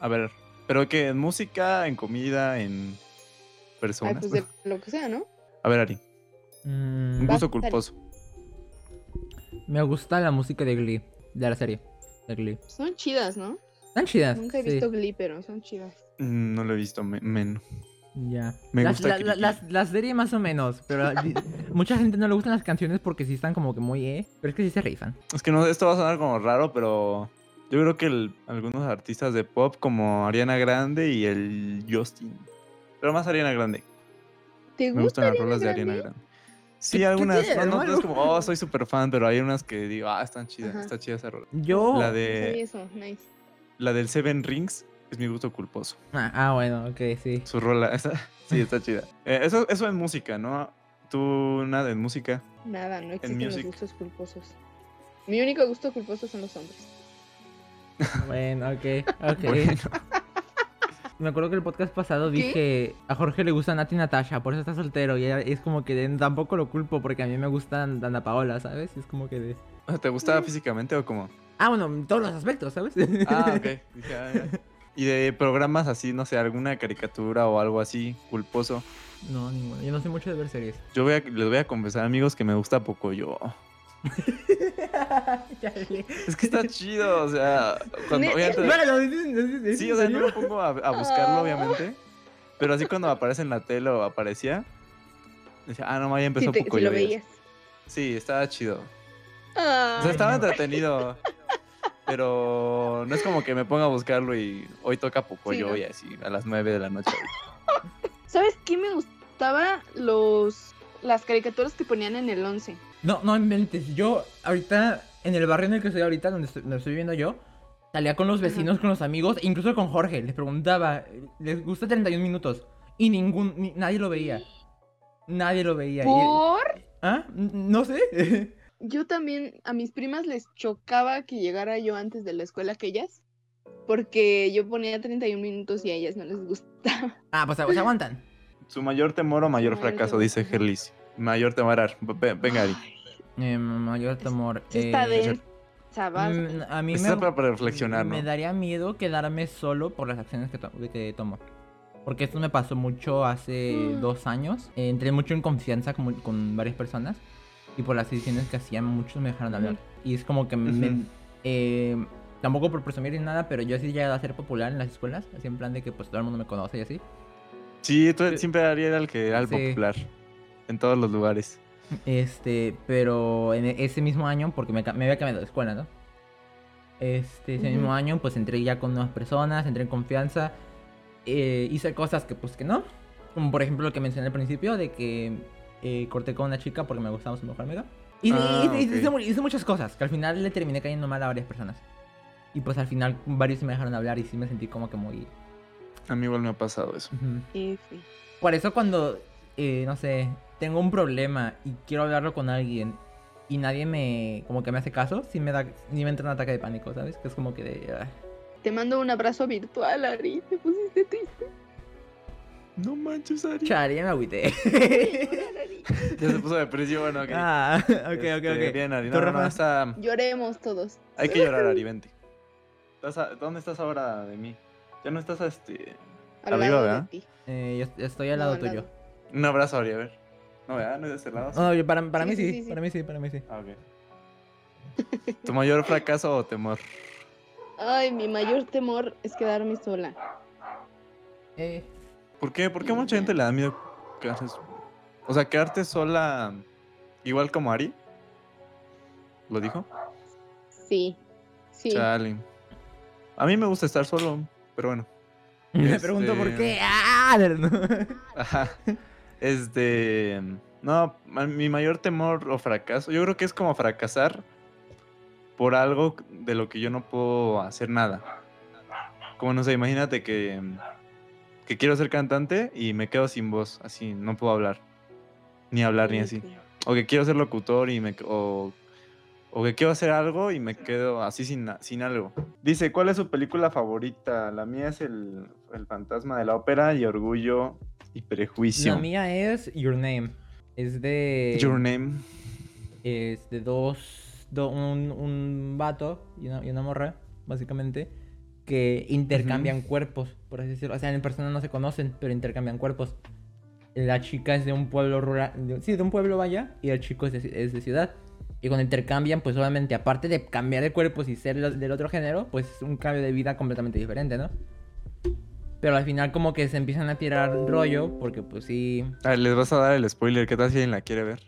A ver, pero que en música, en comida, en
Ay,
personas.
pues de lo que sea, ¿no?
A ver, Ari, un
Mm,
Vas,
gusto
Ari.
culposo.
me gusta la música de Glee, de la serie. De Glee.
Son chidas, ¿no?
Están
Ah,
chidas.
Nunca he
sí.
visto Glee, pero son chidas.
Mm, No lo he visto, men. men.
Ya.
Me
las,
gusta
la,
que-
la- las, las series más o menos, pero di- mucha gente no le gustan las canciones porque sí están como que muy eh, pero es que sí se rifan.
Es que no, esto va a sonar como raro, pero yo creo que el- algunos artistas de pop como Ariana Grande y el Justin. Pero más Ariana Grande.
¿Te gusta
Me gustan las
Ariana
rolas de
Grande?
Ariana Grande. Sí,
¿Qué- qué
algunas.
tiene de
no, no, no
malo?
es como, oh, soy súper fan, pero hay unas que digo, ah, están chidas,
Ajá.
está chida esa rola.
Yo...
La
No sabía
de
eso, nice.
La del Seven Rings es mi gusto culposo.
Ah, ah, bueno, ok, sí.
Su rola, esa, sí, está chida. Eh, eso, eso en música, ¿no? Tú, nada, en música.
Nada, no existen los
music.
gustos culposos. Mi único gusto culposo son los hombres.
Bueno, ok, ok.
Bueno.
Me acuerdo que el podcast pasado
¿Qué?
dije a Jorge le gusta Nati y Natasha, por eso está soltero. Y era- es como que de- tampoco lo culpo porque a mí me gustan Ana Paola, ¿sabes? Es como que de.
O sea, Ah, ¿Te
Mm.
gustaba físicamente o cómo?
Ah, bueno, en todos los aspectos, ¿sabes?
Ah, ok. Dije, ah, ya. Y de programas así, no sé, alguna caricatura o algo así, culposo.
No, ninguno. Yo no sé mucho de ver series.
Yo voy a- les voy a confesar, amigos, que me gusta poco yo.
Chale.
Es que está chido, o sea, cuando,
Ne-
obviamente-
Bueno, ¿es- es- es- es
Sí,
en
o sea, no
serio?
me pongo a, a buscarlo,
Ah.
obviamente. Pero así cuando aparece en la tele o aparecía, decía, ah, no, ya
Si,
empezó
te-
poco
si
yo.
lo veías.
Sí, estaba chido. O sea,
Ay,
estaba
no.
entretenido. Pero no es como que me ponga a buscarlo y hoy toca Pocoyo
Sí, ¿no?
y así, a las 9 de la noche.
¿Sabes qué me gustaba? Los, las caricaturas que ponían en el 11.
No, no inventes. Yo ahorita, en el barrio en el que estoy ahorita, donde estoy, donde estoy viviendo yo, salía con los
Ajá.
vecinos, con los amigos, e incluso con Jorge. Les preguntaba, ¿les gusta 31 minutos? Y ningún, ni- nadie lo veía. Nadie lo veía. y-
Por.
¿Ah? N- No sé.
Yo también, a mis primas les chocaba que llegara yo antes de la escuela que ellas. Porque yo ponía 31 minutos y a ellas no les gustaba.
ah, pues agu- se aguantan.
Su mayor temor o mayor
Mayor
fracaso,
temor,
dice
ajá.
Gerlis. Mayor temor, Ar. Ve- venga, Ari.
Ay,
Eh, mayor temor.
sí está
eh,
densa, vas.
mm, a mí
Está
me,
para, para reflexionar, ¿no?
me daría miedo quedarme solo por las acciones que, to- que tomo. Porque esto me pasó mucho hace
Mm.
dos años. Eh, entré mucho en confianza con, mu- con varias personas. Y por las decisiones que hacían, muchos me dejaron de hablar.
Ujú.
Y es como que me-
Ujú.
eh, tampoco por presumir ni nada, pero yo sí llegué a ser popular en las escuelas. Así en plan de que pues todo el mundo me conoce y así.
Sí, tú
Eh,
siempre Ari era el que era el
sí.
popular. En todos los lugares.
Este, pero en e- ese mismo año, porque me, ca- me había cambiado de escuela, ¿no? Este, ese mismo
Ujú.
año, pues entré ya con nuevas personas, entré en confianza. eh, hice cosas que, pues, que no. Como por ejemplo lo que mencioné al principio, de que eh, corté con una chica porque me gustaba su mejor amiga. Y,
Ah,
y- y- y-
ok.
hice, mu- hice muchas cosas, que al final le terminé cayendo mal a varias personas. Y pues al final varios me dejaron hablar y sí me sentí como que muy...
A mí igual me ha pasado eso.
ujú.
F.
Por eso cuando, eh, no sé, tengo un problema y quiero hablarlo con alguien y nadie me, como que me hace caso, sí me da, sí me entra un ataque de pánico, ¿sabes? Que es como que de... ah.
Te mando un abrazo virtual, Ari. Te pusiste triste.
No manches, Ari.
Chale, ya me agüité.
Llorar, Ari.
Ya se puso depresivo, bueno, ok.
ah, ok, ok,
Este,
ok.
Bien, Ari.
¿Tú,
No, no, no,
Rafa?
está-
Lloremos todos.
Hay que llorar, Ari, vente. ¿Estás a- ¿Dónde estás ahora de mí? Ya no estás, este...
al
Arriba,
lado de
¿verdad?
ti.
Eh, yo- yo estoy al
No,
lado
al
tuyo.
lado.
Un abrazo, Ari, a ver. No, ¿verdad? No es de este lado.
No, yo- para, para
Sí,
mí
sí,
sí,
sí, sí.
para mí sí, para mí sí.
Ah, ok. ¿Tu mayor fracaso o temor?
Ay, mi mayor temor es quedarme sola.
Eh,
¿Por qué? ¿Por qué a mucha gente le da miedo quedarse so- O sea, quedarte sola igual como Ari. ¿Lo dijo?
Sí. Sí.
Chale. A mí me gusta estar solo, pero bueno.
Me pregunto por
Este-
qué. ¡Ah!
Ajá. Este. No, ma- mi mayor temor o fracaso, yo creo que es como fracasar por algo de lo que yo no puedo hacer nada. Como no sé, imagínate que, que quiero ser cantante y me quedo sin voz, así, no puedo hablar. Ni hablar ni así. O que quiero ser locutor y me... qu- O, o que quiero hacer algo y me quedo así sin, na- sin algo. Dice, ¿cuál es su película favorita? La mía es el, el Fantasma de la Ópera y Orgullo y Prejuicio.
La mía es Your Name. Es de.
Your Name.
Es de dos. do- un, un vato y una, y una morra, básicamente. Que intercambian cuerpos, por así decirlo. O sea, en persona no se conocen, pero intercambian cuerpos. La chica es de un pueblo rural. de- sí, de un pueblo vaya. Y el chico es de, ci- es de ciudad. Y cuando intercambian, pues obviamente, aparte de cambiar de cuerpos y ser lo- del otro género, pues es un cambio de vida completamente diferente, ¿no? Pero al final como que se empiezan a tirar rollo, porque pues sí...
A ver, Ah, les vas a dar el spoiler. ¿Qué tal si alguien la quiere ver?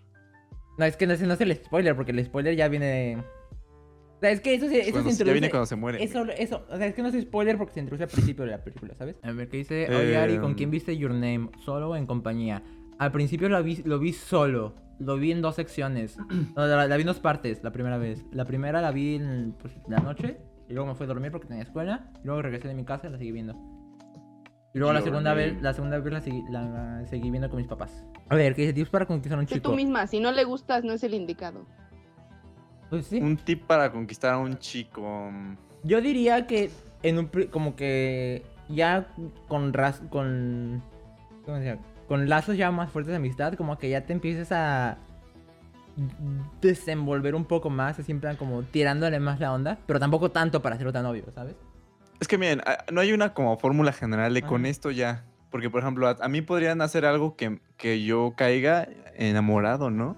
No, es que no, es- no es el spoiler, porque el spoiler ya viene... O sea, es que eso se, eso
Cuando-
se
ya viene
introduce...
cuando se muere.
Eso, eso, o sea, es que no es spoiler porque se introduce al principio de la película, ¿sabes? A ver, ¿qué dice?
Eh,
Oye, Ari, ¿con quién viste Your Name? ¿Solo o en compañía? Al principio la vi, lo vi solo. Lo vi en dos secciones. No, la, la vi en dos partes la primera vez. La primera la vi en pues, la noche. Y luego me fui a dormir porque tenía escuela. Y luego regresé de mi casa y la seguí viendo. Y luego la
Your
segunda vez,
Name.
la segunda vez la seguí, la- la seguí viendo con mis papás. A ver, ¿qué dice? Tips para conquistar a un
Sé
chico.
tú misma, si no le gustas, no es el indicado.
Pues sí.
Un tip para conquistar a un chico. mm,
Yo diría que en un pri- como que ya con raz- con ¿cómo se llama? con lazos ya más fuertes de amistad, como que ya te empieces a desenvolver un poco más, así en plan como tirándole más la onda, pero tampoco tanto para hacerlo tan obvio, ¿sabes?
Es que miren, a- no hay una como fórmula general de con
Ajá.
esto ya. Porque, por ejemplo, a, a mí podrían hacer algo que, que yo caiga enamorado, ¿no?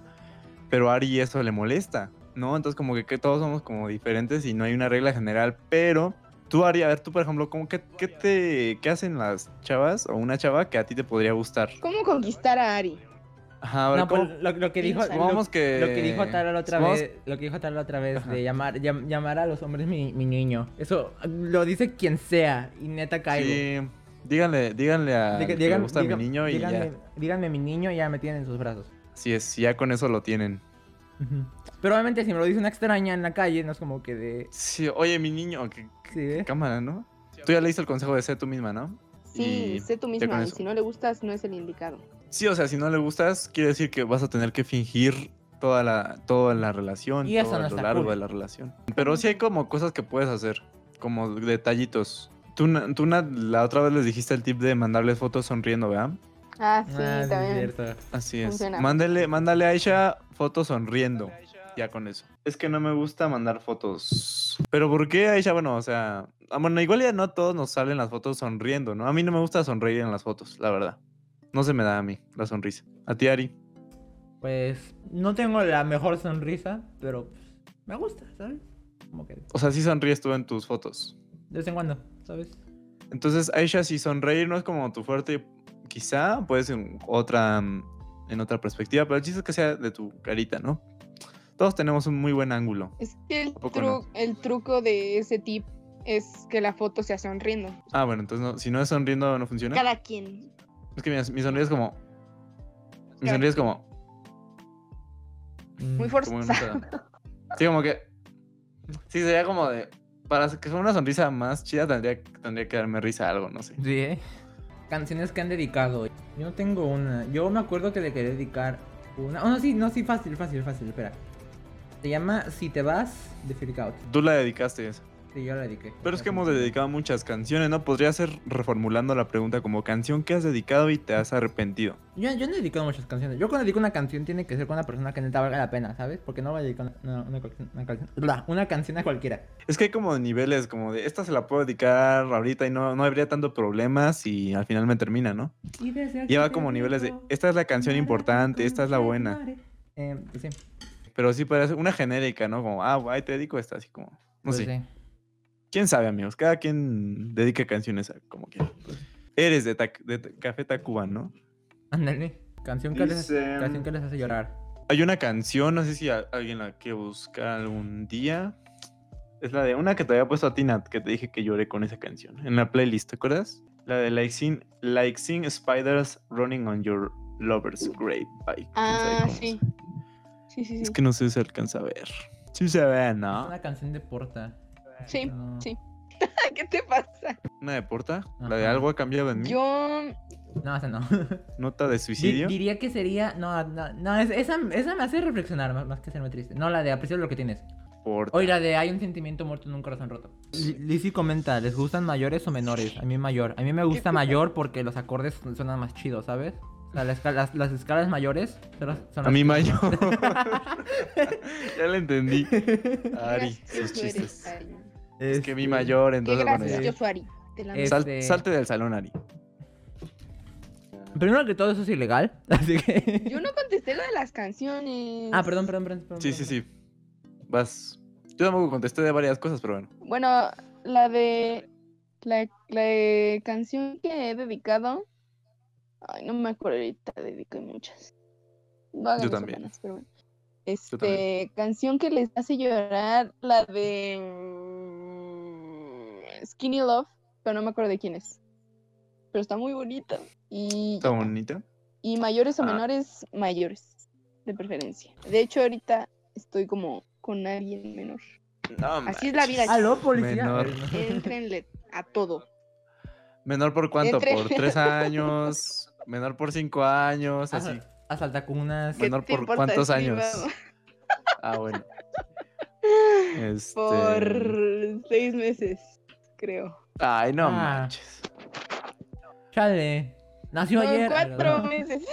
Pero a Ari eso le molesta, ¿no? Entonces, como que, que todos somos como diferentes y no hay una regla general. Pero tú, Ari, a ver, tú, por ejemplo, ¿cómo, qué, qué te, ¿qué hacen las chavas o una chava que a ti te podría gustar?
¿Cómo conquistar a Ari?
Ajá, a ver,
no,
¿cómo-
pues, lo, lo que dijo
Piénsalo.
lo,
supongamos que...
lo que dijo Tara la otra
supongamos-
vez, lo que dijo Tara la otra vez
Ajá.
de llamar llam- llamar a los hombres mi, mi niño. Eso lo dice quien sea y neta caigo.
Sí, díganle, díganle a...
Diga-
que le
digan-
gusta a
digan-
mi niño y
díganme,
ya.
díganme mi niño y ya me tienen en sus brazos.
Así es, ya con eso lo tienen.
Ujú. Pero obviamente si me lo dice una extraña en la calle, no es como que de...
Sí, oye, mi niño, que
Sí, ¿eh?
cámara, ¿no? Tú ya le diste el consejo de ser tú misma, ¿no?
Sí,
Y
sé tú
con
misma, y
eso.
si no le gustas, no es el indicado.
Sí, o sea, si no le gustas, quiere decir que vas a tener que fingir toda la, toda la relación,
Y eso
todo
no
a lo
está
largo
cool.
de la relación. Pero sí hay como cosas que puedes hacer, como detallitos. Tú, na- tú na- la otra vez les dijiste el tip de mandarles fotos sonriendo, ¿verdad?
Ah, sí,
Ah, sí, es
también.
cierto.
Así es.
Funciona.
Mándale, mándale a Aisha fotos sonriendo. Ya con eso. Es que no me gusta mandar fotos. Pero ¿por qué Aisha? Bueno, o sea, ah, bueno, igual ya no a todos nos salen las fotos sonriendo, ¿no? A mí no me gusta sonreír en las fotos, la verdad. No se me da a mí la sonrisa. A ti, Ari.
Pues no tengo la mejor sonrisa, pero pues, me gusta, ¿sabes? Como que de
O sea, sí sonríes tú en tus fotos.
vez en cuando, ¿sabes?
Entonces, Aisha, si sonreír no es como tu fuerte, quizá puedes en otra, mm, en otra perspectiva, pero el chiste es que sea de tu carita, ¿no? Todos tenemos un muy buen ángulo.
Es que el,
poco
tru- el truco de ese tip es que la foto sea sonriendo.
Ah, bueno, entonces no, si no es sonriendo no funciona.
Cada quien.
Es que mi, mi sonrisa es como. Mi
Cada
sonrisa es como.
Muy
Mm.
como
forzado.
una cara. Sí, como que. Sí, sería como de. Para que fuera una sonrisa más chida, tendría, tendría que darme risa algo, no sé.
Sí, ¿eh? Canciones que han dedicado. Yo no tengo una. Yo me acuerdo que le quería dedicar una. Oh, no, sí, no, sí, fácil, fácil, fácil, espera. Se llama Si te vas de Freak Out.
Tú la dedicaste esa.
Sí, yo la dediqué.
Pero es que hemos dedicado muchas canciones, ¿no? Podría ser reformulando la pregunta como canción que has dedicado y te has arrepentido.
Yo, yo no he dedicado muchas canciones. Yo cuando dedico una canción tiene que ser con una persona que neta valga la pena, ¿sabes? Porque no voy a dedicar una, una, cual- una canción- bla, una canción a cualquiera.
Es que hay como niveles, como de esta se la puedo dedicar ahorita y no, no habría tanto problemas y al final me termina, ¿no? Lleva como niveles de esta es la canción importante, esta es la buena.
Eh, pues sí.
Pero sí parece una genérica, ¿no? Como, ah, ahí te dedico esta, así como. No
pues
sé.
sí.
¿Quién sabe, amigos? Cada quien dedica canciones a como quiera. Eres de, Tac- de Ta- Café Tacuba, ¿no?
Ándale. Canción que, les,
Dice,
canción que les hace llorar.
Hay una canción, no sé si a- alguien la que buscar algún día. Es la de una que te había puesto a ti, Nat, que te dije que lloré con esa canción. En la playlist, ¿te acuerdas? La de Like Seeing, like Seeing Spiders Running on Your Lover's Grave by. quién sabe
Ah,
cómo se-
sí. Sí, sí,
Es
sí.
que no sé si se alcanza a ver. Sí se ve,
Es
¿no?
una canción de Porta.
Sí,
no.
sí. ¿Qué te pasa?
¿Una de Porta? ¿La de
Ajá.
algo ha cambiado en mí?
Yo
No, esa no.
¿Nota de
Di-
suicidio?
diría que sería. No, no, no es- esa, esa me hace reflexionar más, más que hacerme triste. No, la de apreciar lo que tienes.
Porta.
Oye, la de hay un sentimiento muerto en un corazón roto. Lizzy comenta: ¿les gustan mayores o menores? A mí mayor. A mí me gusta mayor porque los acordes son- suenan más chidos, ¿sabes? O sea, la esca- las, las escalas mayores son las. son
A
las-
mi mayor. ya la entendí.
Ah,
Ari,
Gracias,
sus
tú eres
chistes.
Ari.
Es que mi
Este,
mayor,
este, Qué
entonces bueno,
gracias,
ya.
ya.
yo soy Ari. Te la
Es-
mando.
Sal-
Este-
salte del salón, Ari.
Primero que todo, eso es ilegal. Así que.
Yo no contesté lo de las canciones.
Ah, perdón, perdón, perdón. perdón,
Sí, sí,
perdón.
sí. Vas. Yo tampoco contesté de varias cosas, pero bueno.
Bueno, la de la, la de canción que he dedicado. Ay, no me acuerdo ahorita, dediqué muchas. No hagan eso,
también.
panas, pero bueno.
Yo también.
Este, canción que les hace llorar, la de mm, Skinny Love, pero no me acuerdo de quién es. Pero está muy bonita. Y,
Está bonita.
y mayores o
Ah.
menores, mayores, de preferencia. De hecho, ahorita estoy como con alguien menor.
No,
Así es la vida.
Aló, policía.
Menor. Eh,
Entrenle a todo.
Menor por cuánto?
Entre-
Por tres años. Menor por cinco años. Así.
Asal- Asalta con unas.
¿Qué
Menor
te
por
importa
cuántos
si
años.
vamos?
Ah, bueno. Este...
Por seis meses, creo.
Ay, no
Ah.
manches.
Chale. Nació
Por
ayer.
cuatro
No,
meses.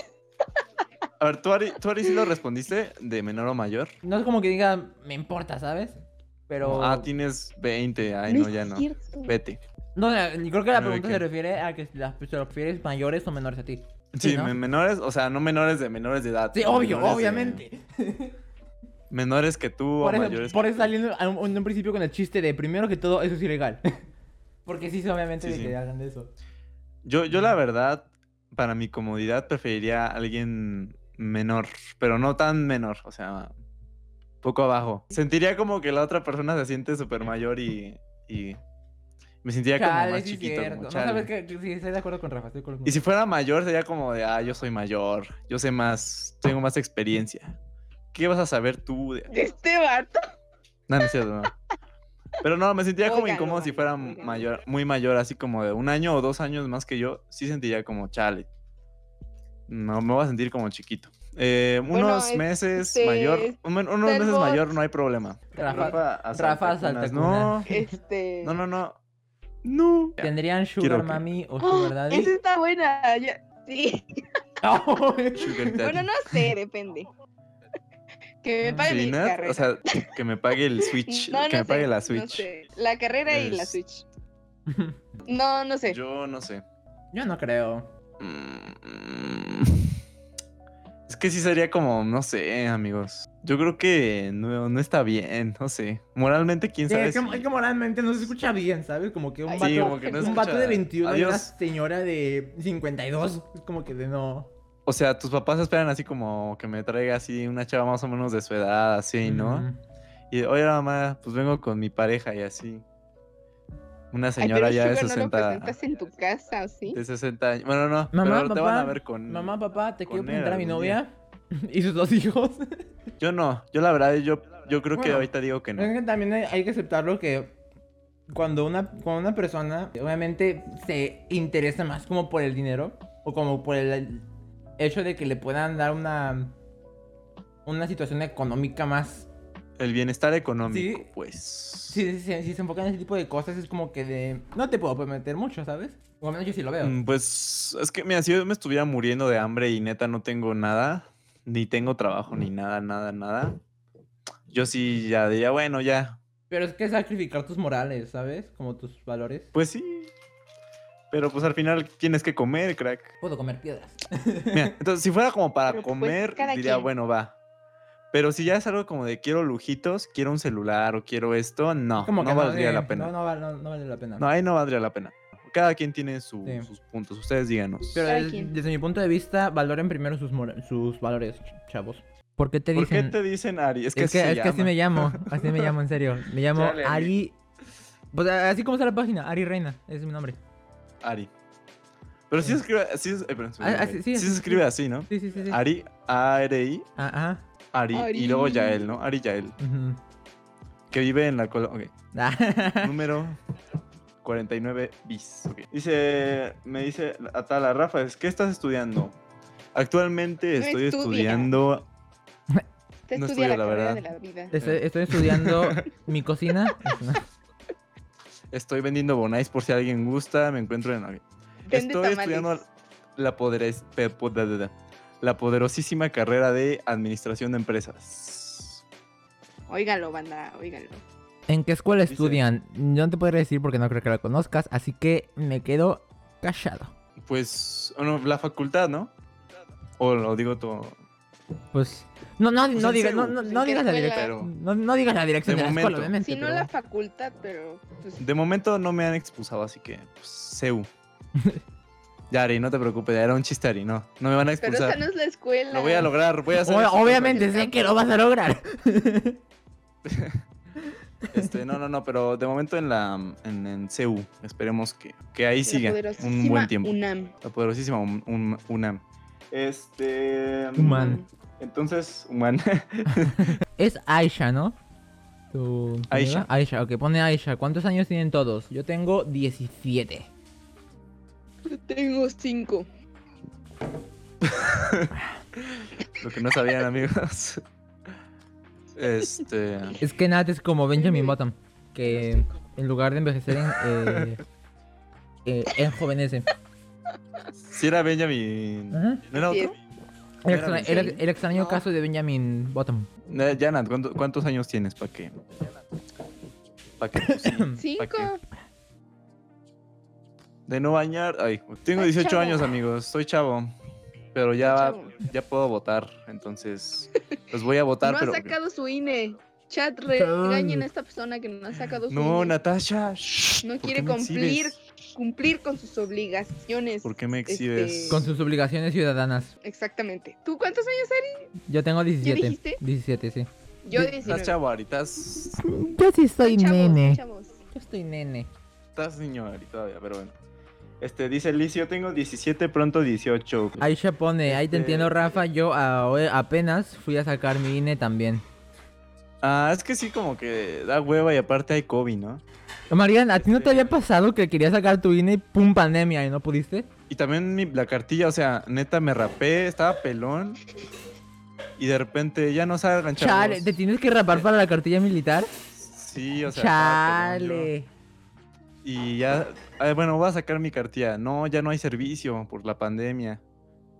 A ver, ¿tú Ari, ¿tú Ari sí lo respondiste de menor o mayor?
es como que diga, me importa, ¿sabes? Pero.
Ah, tienes 20. Ay, no, ya no. Vete.
No, la- yo creo que la
Bueno, ¿de
pregunta
qué?
se refiere a que si las se refieres mayores o menores a ti. Sí,
Sí,
¿no?
me- menores, o sea, no menores de menores de edad.
Sí, obvio,
menores de-
obviamente.
menores que tú
Por
o
eso,
mayores.
por
que
eso
tú.
saliendo a un, en un principio con el chiste de primero que todo, eso es ilegal. Porque sí, obviamente,
Sí,
de
sí.
que hagan de eso.
Yo, yo la verdad, para mi comodidad, preferiría a alguien menor, pero no tan menor, o sea, poco abajo. Sentiría como que la otra persona se siente súper mayor y, y me sentiría como
Chale,
más
sí, es
chiquito. como,
cierto. No
chale.
sabes que sí, estoy de acuerdo con Rafa. Estoy de acuerdo con
Y si fuera mayor, sería como de, ah, yo soy mayor, yo sé más, tengo más experiencia. ¿Qué vas a saber tú? de-
De este vato.
No, no es cierto, no. Pero no, me sentiría como
Óiganlo,
incómodo si fuera
óiganlo, óiganlo.
mayor, muy mayor, así como de un año o dos años más que yo, sí sentiría como chale. No, me voy a sentir como chiquito. Eh,
Bueno,
unos
este,
meses mayor, un- unos meses
Servot.
mayor no hay problema.
Rafa,
asalta
Rafa
cunas.
asalta
No,
Este.
no, no, no. No. Ya.
¿Tendrían Sugar
Quiero que-
Mami o
¡Ah!
Sugar Daddy?
Esa está buena. ya- Sí.
Sugar daddy.
Bueno, no sé, depende. Que me paguen mi
Trinidad,
carrera.
o sea, que me pague el Switch,
No,
que
no
me pague
sé,
la
no
Switch.
sé. La carrera y la
Es-
Switch. No, no sé.
Yo no sé.
Yo no creo.
Mm, Es que sí sería como, no sé, amigos. Yo creo que no, no está bien, no sé. Moralmente, quién
Sí,
sabe.
es, que,
si-
es que moralmente no se escucha bien, ¿sabes? Como que un
Sí,
vato,
como que no
un vato
escucha-
de 21 y una
Adiós.
señora de 52. Es como que de no.
O sea, tus papás esperan así como que me traiga así una chava más o menos de su edad, así, ¿no?
Mm.
Y oye, mamá, pues vengo con mi pareja y así. Una
Ay,
señora
pero
ya de
Sugar no lo
60
presentas en tu casa, ¿o sí?
de 60 años. Bueno, no,
Mamá,
pero ahora te van
papá,
a ver con
Mamá, papá, te quiero
Con él
presentar a mi
algún día.
novia y sus dos hijos.
Yo no, yo la verdad yo yo creo que
Bueno.
ahorita digo que
Es
no.
que también hay, hay que aceptarlo que cuando una, cuando una persona obviamente se interesa más como por el dinero o como por el hecho de que le puedan dar una una situación económica más
El bienestar económico,
Sí.
pues.
si, si- si se enfocan en ese tipo de cosas es como que de no te puedo prometer mucho sabes o al menos yo sí lo veo
Mm, Pues es que mira, si yo me estuviera muriendo de hambre y neta no tengo nada, ni tengo trabajo ni nada, nada, nada. Yo sí ya diría, bueno, ya.
pero es que sacrificar tus morales sabes como tus valores
Pues sí. Pero pues al final tienes que comer, crack.
puedo comer piedras
Mira, entonces, si fuera como para
Pero, pues,
comer,
cada
diría,
quien.
bueno, va. Pero si ya es algo como de quiero lujitos, quiero un celular o quiero esto, no,
como
no
que
valdría
eh,
la pena.
no,
No,
no, val- no- no vale la pena
ahí no valdría la pena. Cada quien tiene su-
Sí.
sus puntos, ustedes díganos.
Pero
Cada
des-
quien.
desde mi punto de vista, valoren primero sus, mora- sus valores, ch- chavos. ¿Por qué te
¿Por qué
dicen?
te dicen Ari? Es que,
es que,
así, se
es que así me
llama.
llamo, así me llamo, en serio. Me llamo
Chale,
Ari. O sea, así como está la página, Ari Reina, ese es mi nombre.
Ari. Pero sí se
Sí.
escribe, sí, se- eh, perdón, se me
Ah,
olvidó,
así-
güey.
sí,
Sí
así-
se escribe así, ¿no?
Sí, sí, sí. sí.
Ari, A-R-I,
Ah, ah.
Ari, y luego
Ari.
Yael, ¿no? Ari Yael,
ujú.
que vive en la colonia. ok.
Ah,
Número 49 bis. ok. Dice, me dice Atala, Rafa, ¿es- ¿qué estás estudiando? Actualmente
No
estoy
estudia.
estudiando.
Te
No
estudia
estudio,
la,
la
carrera
verdad.
de la vida.
Estoy, estoy estudiando mi cocina.
Estoy vendiendo bonais por si alguien gusta. Me encuentro en. ok.
Vende
estoy
tamales.
estudiando la, poderes- pe- po- da, da, da. la poderosísima carrera de administración de empresas.
Óigalo, banda, óigalo.
¿En qué escuela
Dice-
estudian? Yo no te podré decir porque no creo que la conozcas, así que me quedo callado.
Pues, bueno, la facultad, ¿no? O lo digo todo.
Pues. No, no,
Pues
no
en
digas, no,
serio,
no,
pues,
no
¿en qué
digas la
escuela?
dirección.
Pero
No, no digas la dirección
De
de, la
momento.
escuela, obviamente.
Si no
pero
la facultad, pero pues,
de momento no me han expulsado, así que pues, CEU. ya, Ari, no te preocupes, ya era un chiste, Ari, no. No me van a
pero esa
expulsar.
no es la escuela.
Lo voy a lograr, voy a hacer.
Ob-
esto,
obviamente sé que lo vas a lograr.
compañero. Este, no, no, no, pero de momento en la en, en CEU, esperemos que, que ahí
La
siga un
poderosísima
buen tiempo.
UNAM.
La poderosísima un, un- UNAM. Este.
Human.
Entonces, UMAN.
Es Aisha, ¿no? Tu
Aisha.
amiga. Aisha, ok, pone Aisha. ¿Cuántos años tienen todos? Yo tengo 17.
Yo Tengo cinco.
lo que no sabían, amigos. Este.
Es que Nat es como Benjamin Button, que en lugar de envejecer, en, eh, eh, enjovenece.
Si era Benjamin.
Ajá. Ah.
¿No era
Sí,
otro?
El,
Era
extra- el- el extraño
No.
caso de Benjamin Button.
Eh, Janat, ¿cuánto- ¿cuántos años tienes para que? Para que pues, sí, pa' que-
Cinco.
de no bañar. Ay, tengo
Ay,
18
chavo.
años, amigos. Soy chavo. Pero ya,
Chavo.
ya puedo votar. Entonces, los voy a votar.
no
pero,
ha sacado su INE. Chat, regañen a esta persona que no ha sacado su E.
no,
INE.
Natasha. shh,
No
¿por qué
quiere
me
cumplir,
exhibes?
cumplir con sus obligaciones.
¿Por qué me
este,
exhibes?
Con sus obligaciones ciudadanas.
Exactamente. ¿Tú cuántos años eres?
Yo tengo 17.
dijiste?
17, sí.
Yo
Estás
19.
chavo, ahorita. Estás
Yo sí
Son
soy
chavos, son
nene.
chavos.
Yo pues, estoy nene.
estás niño ahorita todavía, pero bueno. Este, dice Liz, yo tengo 17, pronto 18.
Aisha pone, ahí te
Este-
entiendo Rafa, yo ah, hoy apenas fui a sacar mi INE también.
Ah, es que sí, como que da hueva y aparte hay COVID, ¿no?
Marian, ¿a ti no te
Este-
había pasado que querías sacar tu INE y pum, pandemia y no pudiste?
Y también mi- la cartilla, o sea, neta me rapé, estaba pelón. Y de repente ya no salgan
Chale,
chavos.
¿te tienes que rapar para la cartilla militar?
Sí, o sea. estaba pelón yo.
Chale.
Y ya, ay, bueno, voy a sacar mi cartilla. No, ya no hay servicio por la pandemia.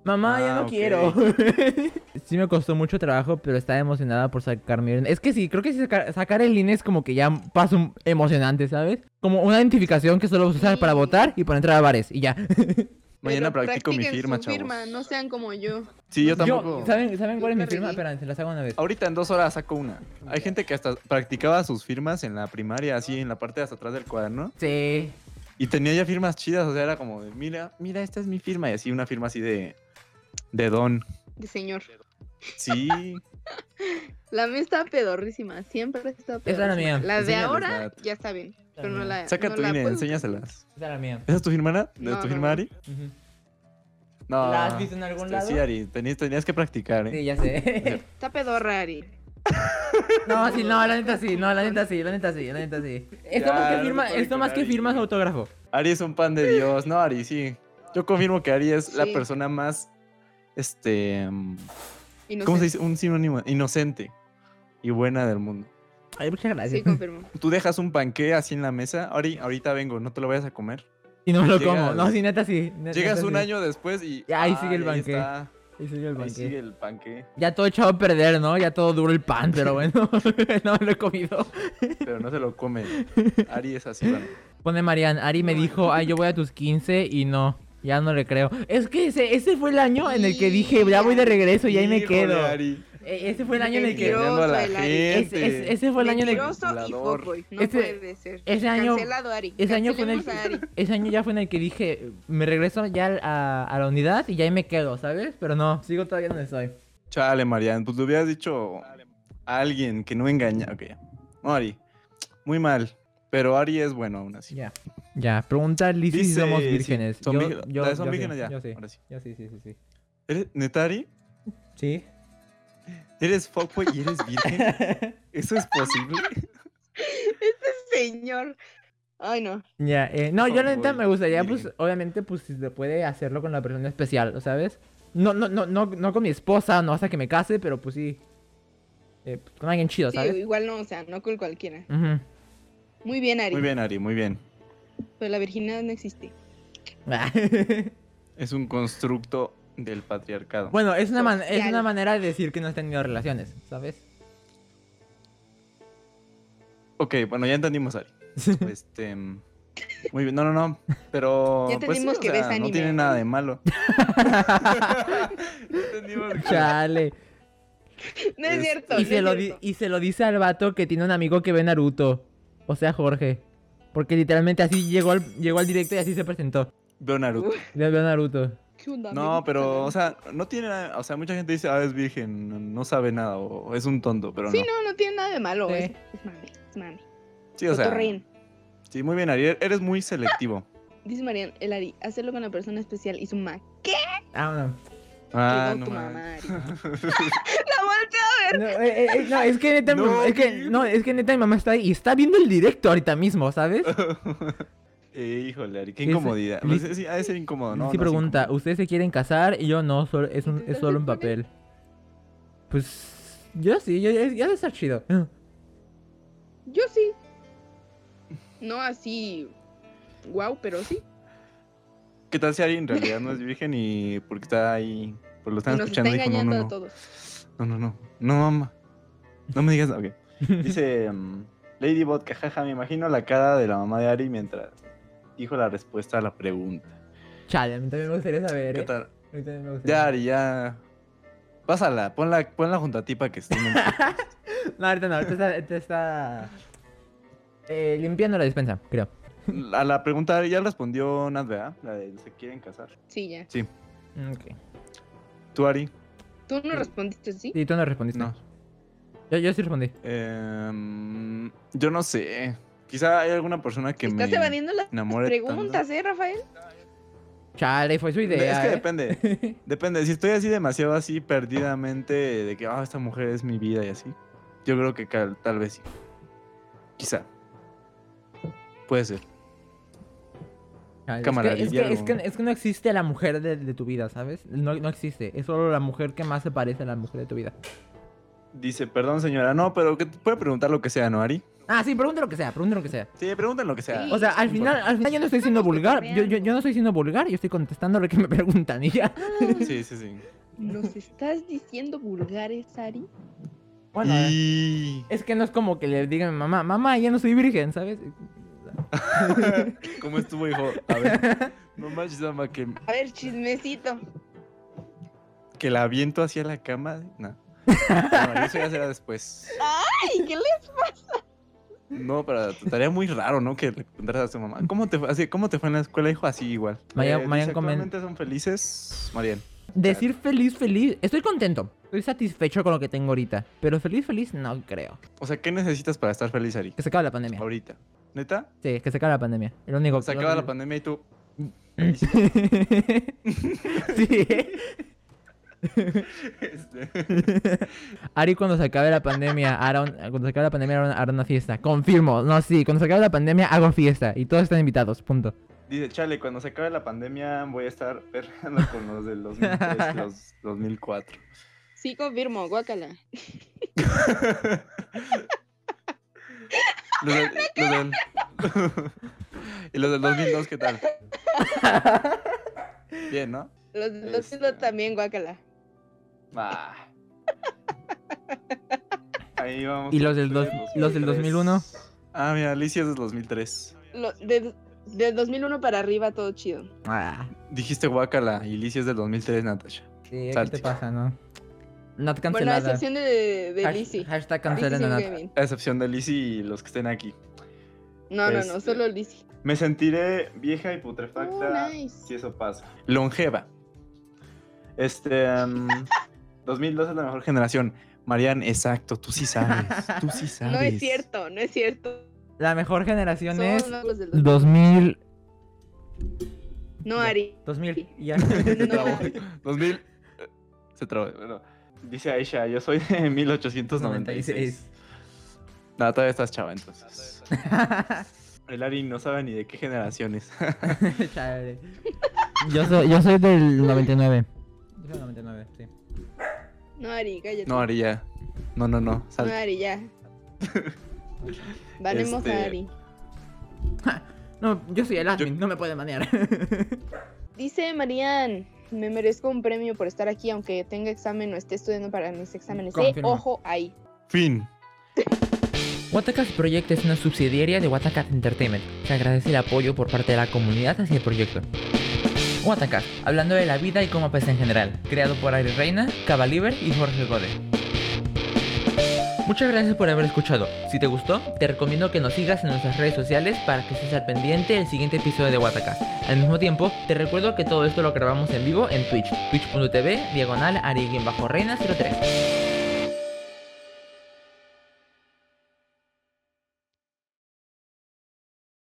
Mamá, ya
Ah,
no
ok.
quiero. sí me costó mucho trabajo, pero estaba emocionada por sacar mi INE. Es que sí, creo que sí sacar, sacar el INE es como que ya un paso un- emocionante, ¿sabes? Como una identificación que solo vas a usar para
Sí.
votar y para entrar a bares y ya.
Mañana
Pero
practico mi
practiquen
firma,
su
chavos.
firma, no sean como yo.
Sí,
Yo-
yo tampoco.
¿saben, ¿Saben cuál es mi
Súper
firma?
ridículo.
Espera, se las hago una vez.
Ahorita en dos horas saco una. Hay gente que hasta practicaba sus firmas en la primaria, así en la parte de hasta atrás del cuaderno.
Sí.
Y tenía ya firmas chidas, o sea, era como de, mira, mira, esta es mi firma. Y así una firma así de De don.
de señor.
Sí.
La mía está pedorrísima, siempre está pedorrísima.
Esa es la mía.
La de
Enséñales
ahora
la-
ya está bien, pero no la.
Saca
no
tu
la
INE,
puedo-
enséñaselas.
Esa es la mía.
¿Esa es tu firma, Ana? ¿De
No, no,
tu firma,
no.
Ari?
Ujú.
No.
¿La has visto en algún
este,
lado?
Sí, Ari. Tenías, tenías que practicar, ¿eh?
Sí, ya sé.
Está pedorra, Ari.
No, sí, no, la neta sí, no, la neta sí, la neta sí, la neta sí. Esto
Ya,
más
no
que
te
firma,
puedes
esto más que
quedar
firma
ahí.
es autógrafo.
Ari es un pan de Dios. No, Ari, sí. Yo confirmo que Ari es la
Sí.
persona más, este, mm,
Y no
¿cómo
sé.
se dice? Un sinónimo, inocente y buena del mundo.
Ay, muchas gracias.
Sí, confirmo.
Tú dejas un panqué así en la mesa, Ari, ahorita vengo, no te lo vayas a comer.
y no me lo
Llegas-
como. No, sí, neta sí. ne-
Llegas
neta,
un
sí.
año después y...
Y ahí sigue el
ay,
panqué.
está, ahí
Y sigue el banquete.
sigue el panqué,
Ya todo echado a perder, ¿no? Ya todo duro el pan, pero bueno, no me lo he comido.
pero no se lo come. Ari es así. la neta.
Pone Marian, Ari me dijo, ay, yo voy a tus 15 y no, ya no le creo. Es que ese, ese fue el año en el que dije, ya voy de regreso y ahí me
Híjole,
quedo.
Ari.
E- Ese fue el año en el que...
Mentiroso,
Engañando a la
el Ari.
Ese,
gente.
ese- ese fue el año en el que...
Mentiroso y
Manipulador.
fuckboy, no
Ese-
puede ser.
ese año-
Cancelado, Ari.
Ese año, fue en el
Cancelemos a
que,
Ari.
ese año ya fue en el que dije, me regreso ya a, a la unidad y ya ahí me quedo, ¿sabes? Pero no, sigo todavía donde estoy.
Chale, Marian, pues le hubieras dicho a alguien que no engaña. Ok, ya. no, Ari, muy mal. Pero Ari es bueno aún así.
Ya. Ya, pregunta Lizzy si
Dice-
somos
sí,
vírgenes.
son
yo,
virgen-
yo-
la de son
yo sí,
vírgenes ya.
Yo sí.
ahora sí.
Yo sí, sí, sí, sí.
¿Eres, ¿Neta, Ari?
Sí.
¿Eres fuckboy y eres virgen? ¿Eso es posible?
Señor. Ay, no.
Ya, eh, no, yo la neta
Fuckboy,
me gustaría, pues,
virgen.
obviamente, pues, si se puede hacerlo con la persona especial, ¿sabes? No, no, no, no, no con mi esposa, no hasta que me case, pero pues sí. Eh, pues, con alguien chido,
Sí,
¿sabes?
igual no, o sea, no con cualquiera.
Ujú.
Muy bien, Ari.
Muy bien, Ari, muy bien.
Pero la virginidad no existe.
Es un constructo del patriarcado.
bueno, es una, man- es
Social.
una manera de decir que no has tenido relaciones, ¿sabes?
Ok, bueno, ya entendimos, Ari. Este. mm, Muy bien, no, no, no. Pero.
Ya
pues, sí,
entendimos
o
que
sea,
ves
No
anime,
tiene
¿no?
nada de malo. Ya entendimos que-
Chale.
No es
Es-
cierto.
Y
no
se,
es
lo di-
cierto.
y se lo dice al vato que tiene un amigo que ve Naruto. O sea, Jorge. Porque literalmente así llegó al, llegó al directo y así se presentó.
Veo Naruto.
Ya veo Naruto.
¿Qué onda? Me
No,
gusta
pero,
Naruto.
o sea, no tiene nada. O sea, mucha gente dice, ah, es virgen, no- no sabe nada, o es un tonto, pero
Sí,
no.
no, no tiene nada de malo.
Sí.
Es, es mame, es mame.
Sí, o sea.
Cotorrín.
Sí, muy bien, Ari. er, Eres muy selectivo.
Dice Marian, el Ari, hacerlo con la persona especial y su ma. ¿Qué?
Ah, no.
Ah,
Llegó
no
tu
mames.
mamá, Ari. La volteo a ver.
No, eh, eh, eh, no, es que neta, mi
No,
mamá- es que,
¿qué?
no, es que neta mi mamá está ahí y está viendo el directo ahorita mismo, ¿sabes?
Eh, híjole, Ari, qué
Sí, es-
incomodidad.
Liz-
Pues, sí, ha de ser incómodo, ¿no?
sí
No, es
pregunta, ¿ustedes se quieren casar? Y yo no, solo- es, un- es
Entonces,
solo un
¿por qué?
papel. Pues yo sí, yo, ya debe estar chido.
Yo sí. No así. Wow, pero sí.
¿Qué tal si Ari en realidad no es virgen y porque está ahí? Porque lo
Y
están
nos está
escuchando dijo, no,
engañando
no,
a
no.
todos.
No, no, no. No, mamá. No me digas, ok. Dice mm, Lady Vodka, jaja, me imagino la cara de la mamá de Ari mientras dijo la respuesta a la pregunta.
Chale, a mí también me gustaría saber.
¿Qué
eh.
tal?
A mí también me gustaría
Ya, Ari, ya. Pásala, ponla, ponla junto a ti para que esté. en el-
No, ahorita no, ahorita está, ahorita está, eh, limpiando la despensa, creo.
A la pregunta Ari ya respondió Nat, ¿verdad? La de se quieren casar.
Sí, ya.
Ok.
¿Tú, Ari?
Tú no respondiste, ¿sí?
Y tú no respondiste.
No.
Yo, yo sí respondí.
Em, yo no sé. Quizá hay alguna persona que
Estás
me
evadiendo las
enamore tanto.
preguntas, ¿eh, Rafael?
Chale, fue su idea.
es que
¿eh?
depende. Depende. Si estoy así demasiado así perdidamente de que "Ah, esta mujer es mi vida y así. Yo creo que cal- tal vez sí. Quizá. Puede ser.
Chale, es
Cámara,
que- es, que,
Guillermo.
es, que, es que no existe la mujer de, de tu vida, ¿sabes? No, no existe. Es solo la mujer que más se parece a la mujer de tu vida.
Dice, perdón señora, no, pero que te puede preguntar lo que sea, ¿no, Ari?
Ah, sí, pregunta lo que sea, pregunta lo que sea.
Sí, pregunten lo que sea.
Sí.
O sea, al final, al final yo no estoy siendo vulgar. Yo, yo, yo no estoy siendo vulgar, yo estoy contestando lo que me preguntan y ya.
Sí, sí, sí.
¿Nos estás diciendo vulgares, Ari?
Bueno,
Y-
es que no es como que le digan a mi mamá, mamá, ya no soy virgen, ¿sabes?
¿Cómo estuvo, hijo? A ver. No manches, ama, que,
A ver, chismecito.
que la aviento hacia la cama. No. No, eso ya será después.
Ay, ¿qué le
No, pero estaría muy raro, ¿no? Que le preguntaras a su mamá. ¿Cómo te fue, así, ¿cómo te fue en la escuela, hijo? Así igual. Eh,
Marian-
dice,
Marian comen-
"Actualmente son felices, Marian.
decir feliz, feliz, estoy contento. Estoy satisfecho con lo que tengo ahorita. Pero feliz, feliz, no creo.
O sea, ¿qué necesitas para estar feliz, Ari?
Que se acabe la pandemia.
Ahorita. ¿Neta?
Sí, que se acabe la pandemia. El único
Se
lo
acaba la
único-
pandemia y tú.
sí. ¿eh?
Este,
Ari cuando se acabe la pandemia, hará un- cuando se acabe la pandemia hará una, hará una fiesta. Confirmo, no, sí, cuando se acabe la pandemia hago fiesta y todos están invitados, punto.
Dice, chale, cuando se acabe la pandemia voy a estar perreando con los del 2003, los 2004.
Sí, confirmo, guácala.
Los del- los del- y los del 2002, ¿qué tal? Bien, ¿no?
Los del 2002
Este.
también, guácala.
Ah. Ahí vamos.
¿Y los del dos- los del 2001?
Ah, mira, Alicia es del 2003.
Lo- de- del 2001 para arriba, todo chido.
Ah,
Dijiste guácala y Alicia es del 2003, Natasha.
sí, ¿qué te
Salte.
pasa, no? Not
Bueno, a
cancelada.
excepción de, de
Hash-
Lizzy.
Hashtag
Lizzy
cancelen a
sigue
Nat.
bien.
A excepción de Lizzie y los que estén aquí.
No, no, no,
Este.
solo Lizzy.
Me sentiré vieja y putrefacta
Oh, nice.
si eso pasa. Longeva. Este. em, 2002 es la mejor generación. Marian, exacto, tú sí sabes. Tú sí sabes.
No es cierto, no es cierto.
La mejor generación
Son
es
los del 2000.
2000,
No, Ari.
2000 ya.
Se
No.
trabó. 2000. eh, Se trabó. Bueno, dice Aisha, yo soy de 1896. No, todavía estás chava entonces. El Ari no sabe ni de qué generaciones.
Chale. Yo soy yo soy del 99. Yo soy del 99, sí.
No, Ari, cállate.
No,
No, Ari,
Ari ya. No, no, no. sal.
ya. Valemos
Este.
a Ari.
No, yo soy el admin, no me pueden manear.
Dice Marian, me merezco un premio por estar aquí, aunque tenga examen o esté estudiando para mis exámenes. Eh,
Confirmo.
ojo ahí.
Fin.
Watacat Project es una subsidiaria de Watacat Entertainment. Se agradece el apoyo por parte de la comunidad hacia el proyecto. Watacat, hablando de la vida y cómo pesa en general, creado por Ari Reina, Cabaliber y Jorge Gode. Muchas gracias por haber escuchado. Si te gustó, te recomiendo que nos sigas en nuestras redes sociales para que estés al pendiente del siguiente episodio de Watacat. Al mismo tiempo, te recuerdo que todo esto lo grabamos en vivo en Twitch, twitch.tv, diagonal, ari-reina03.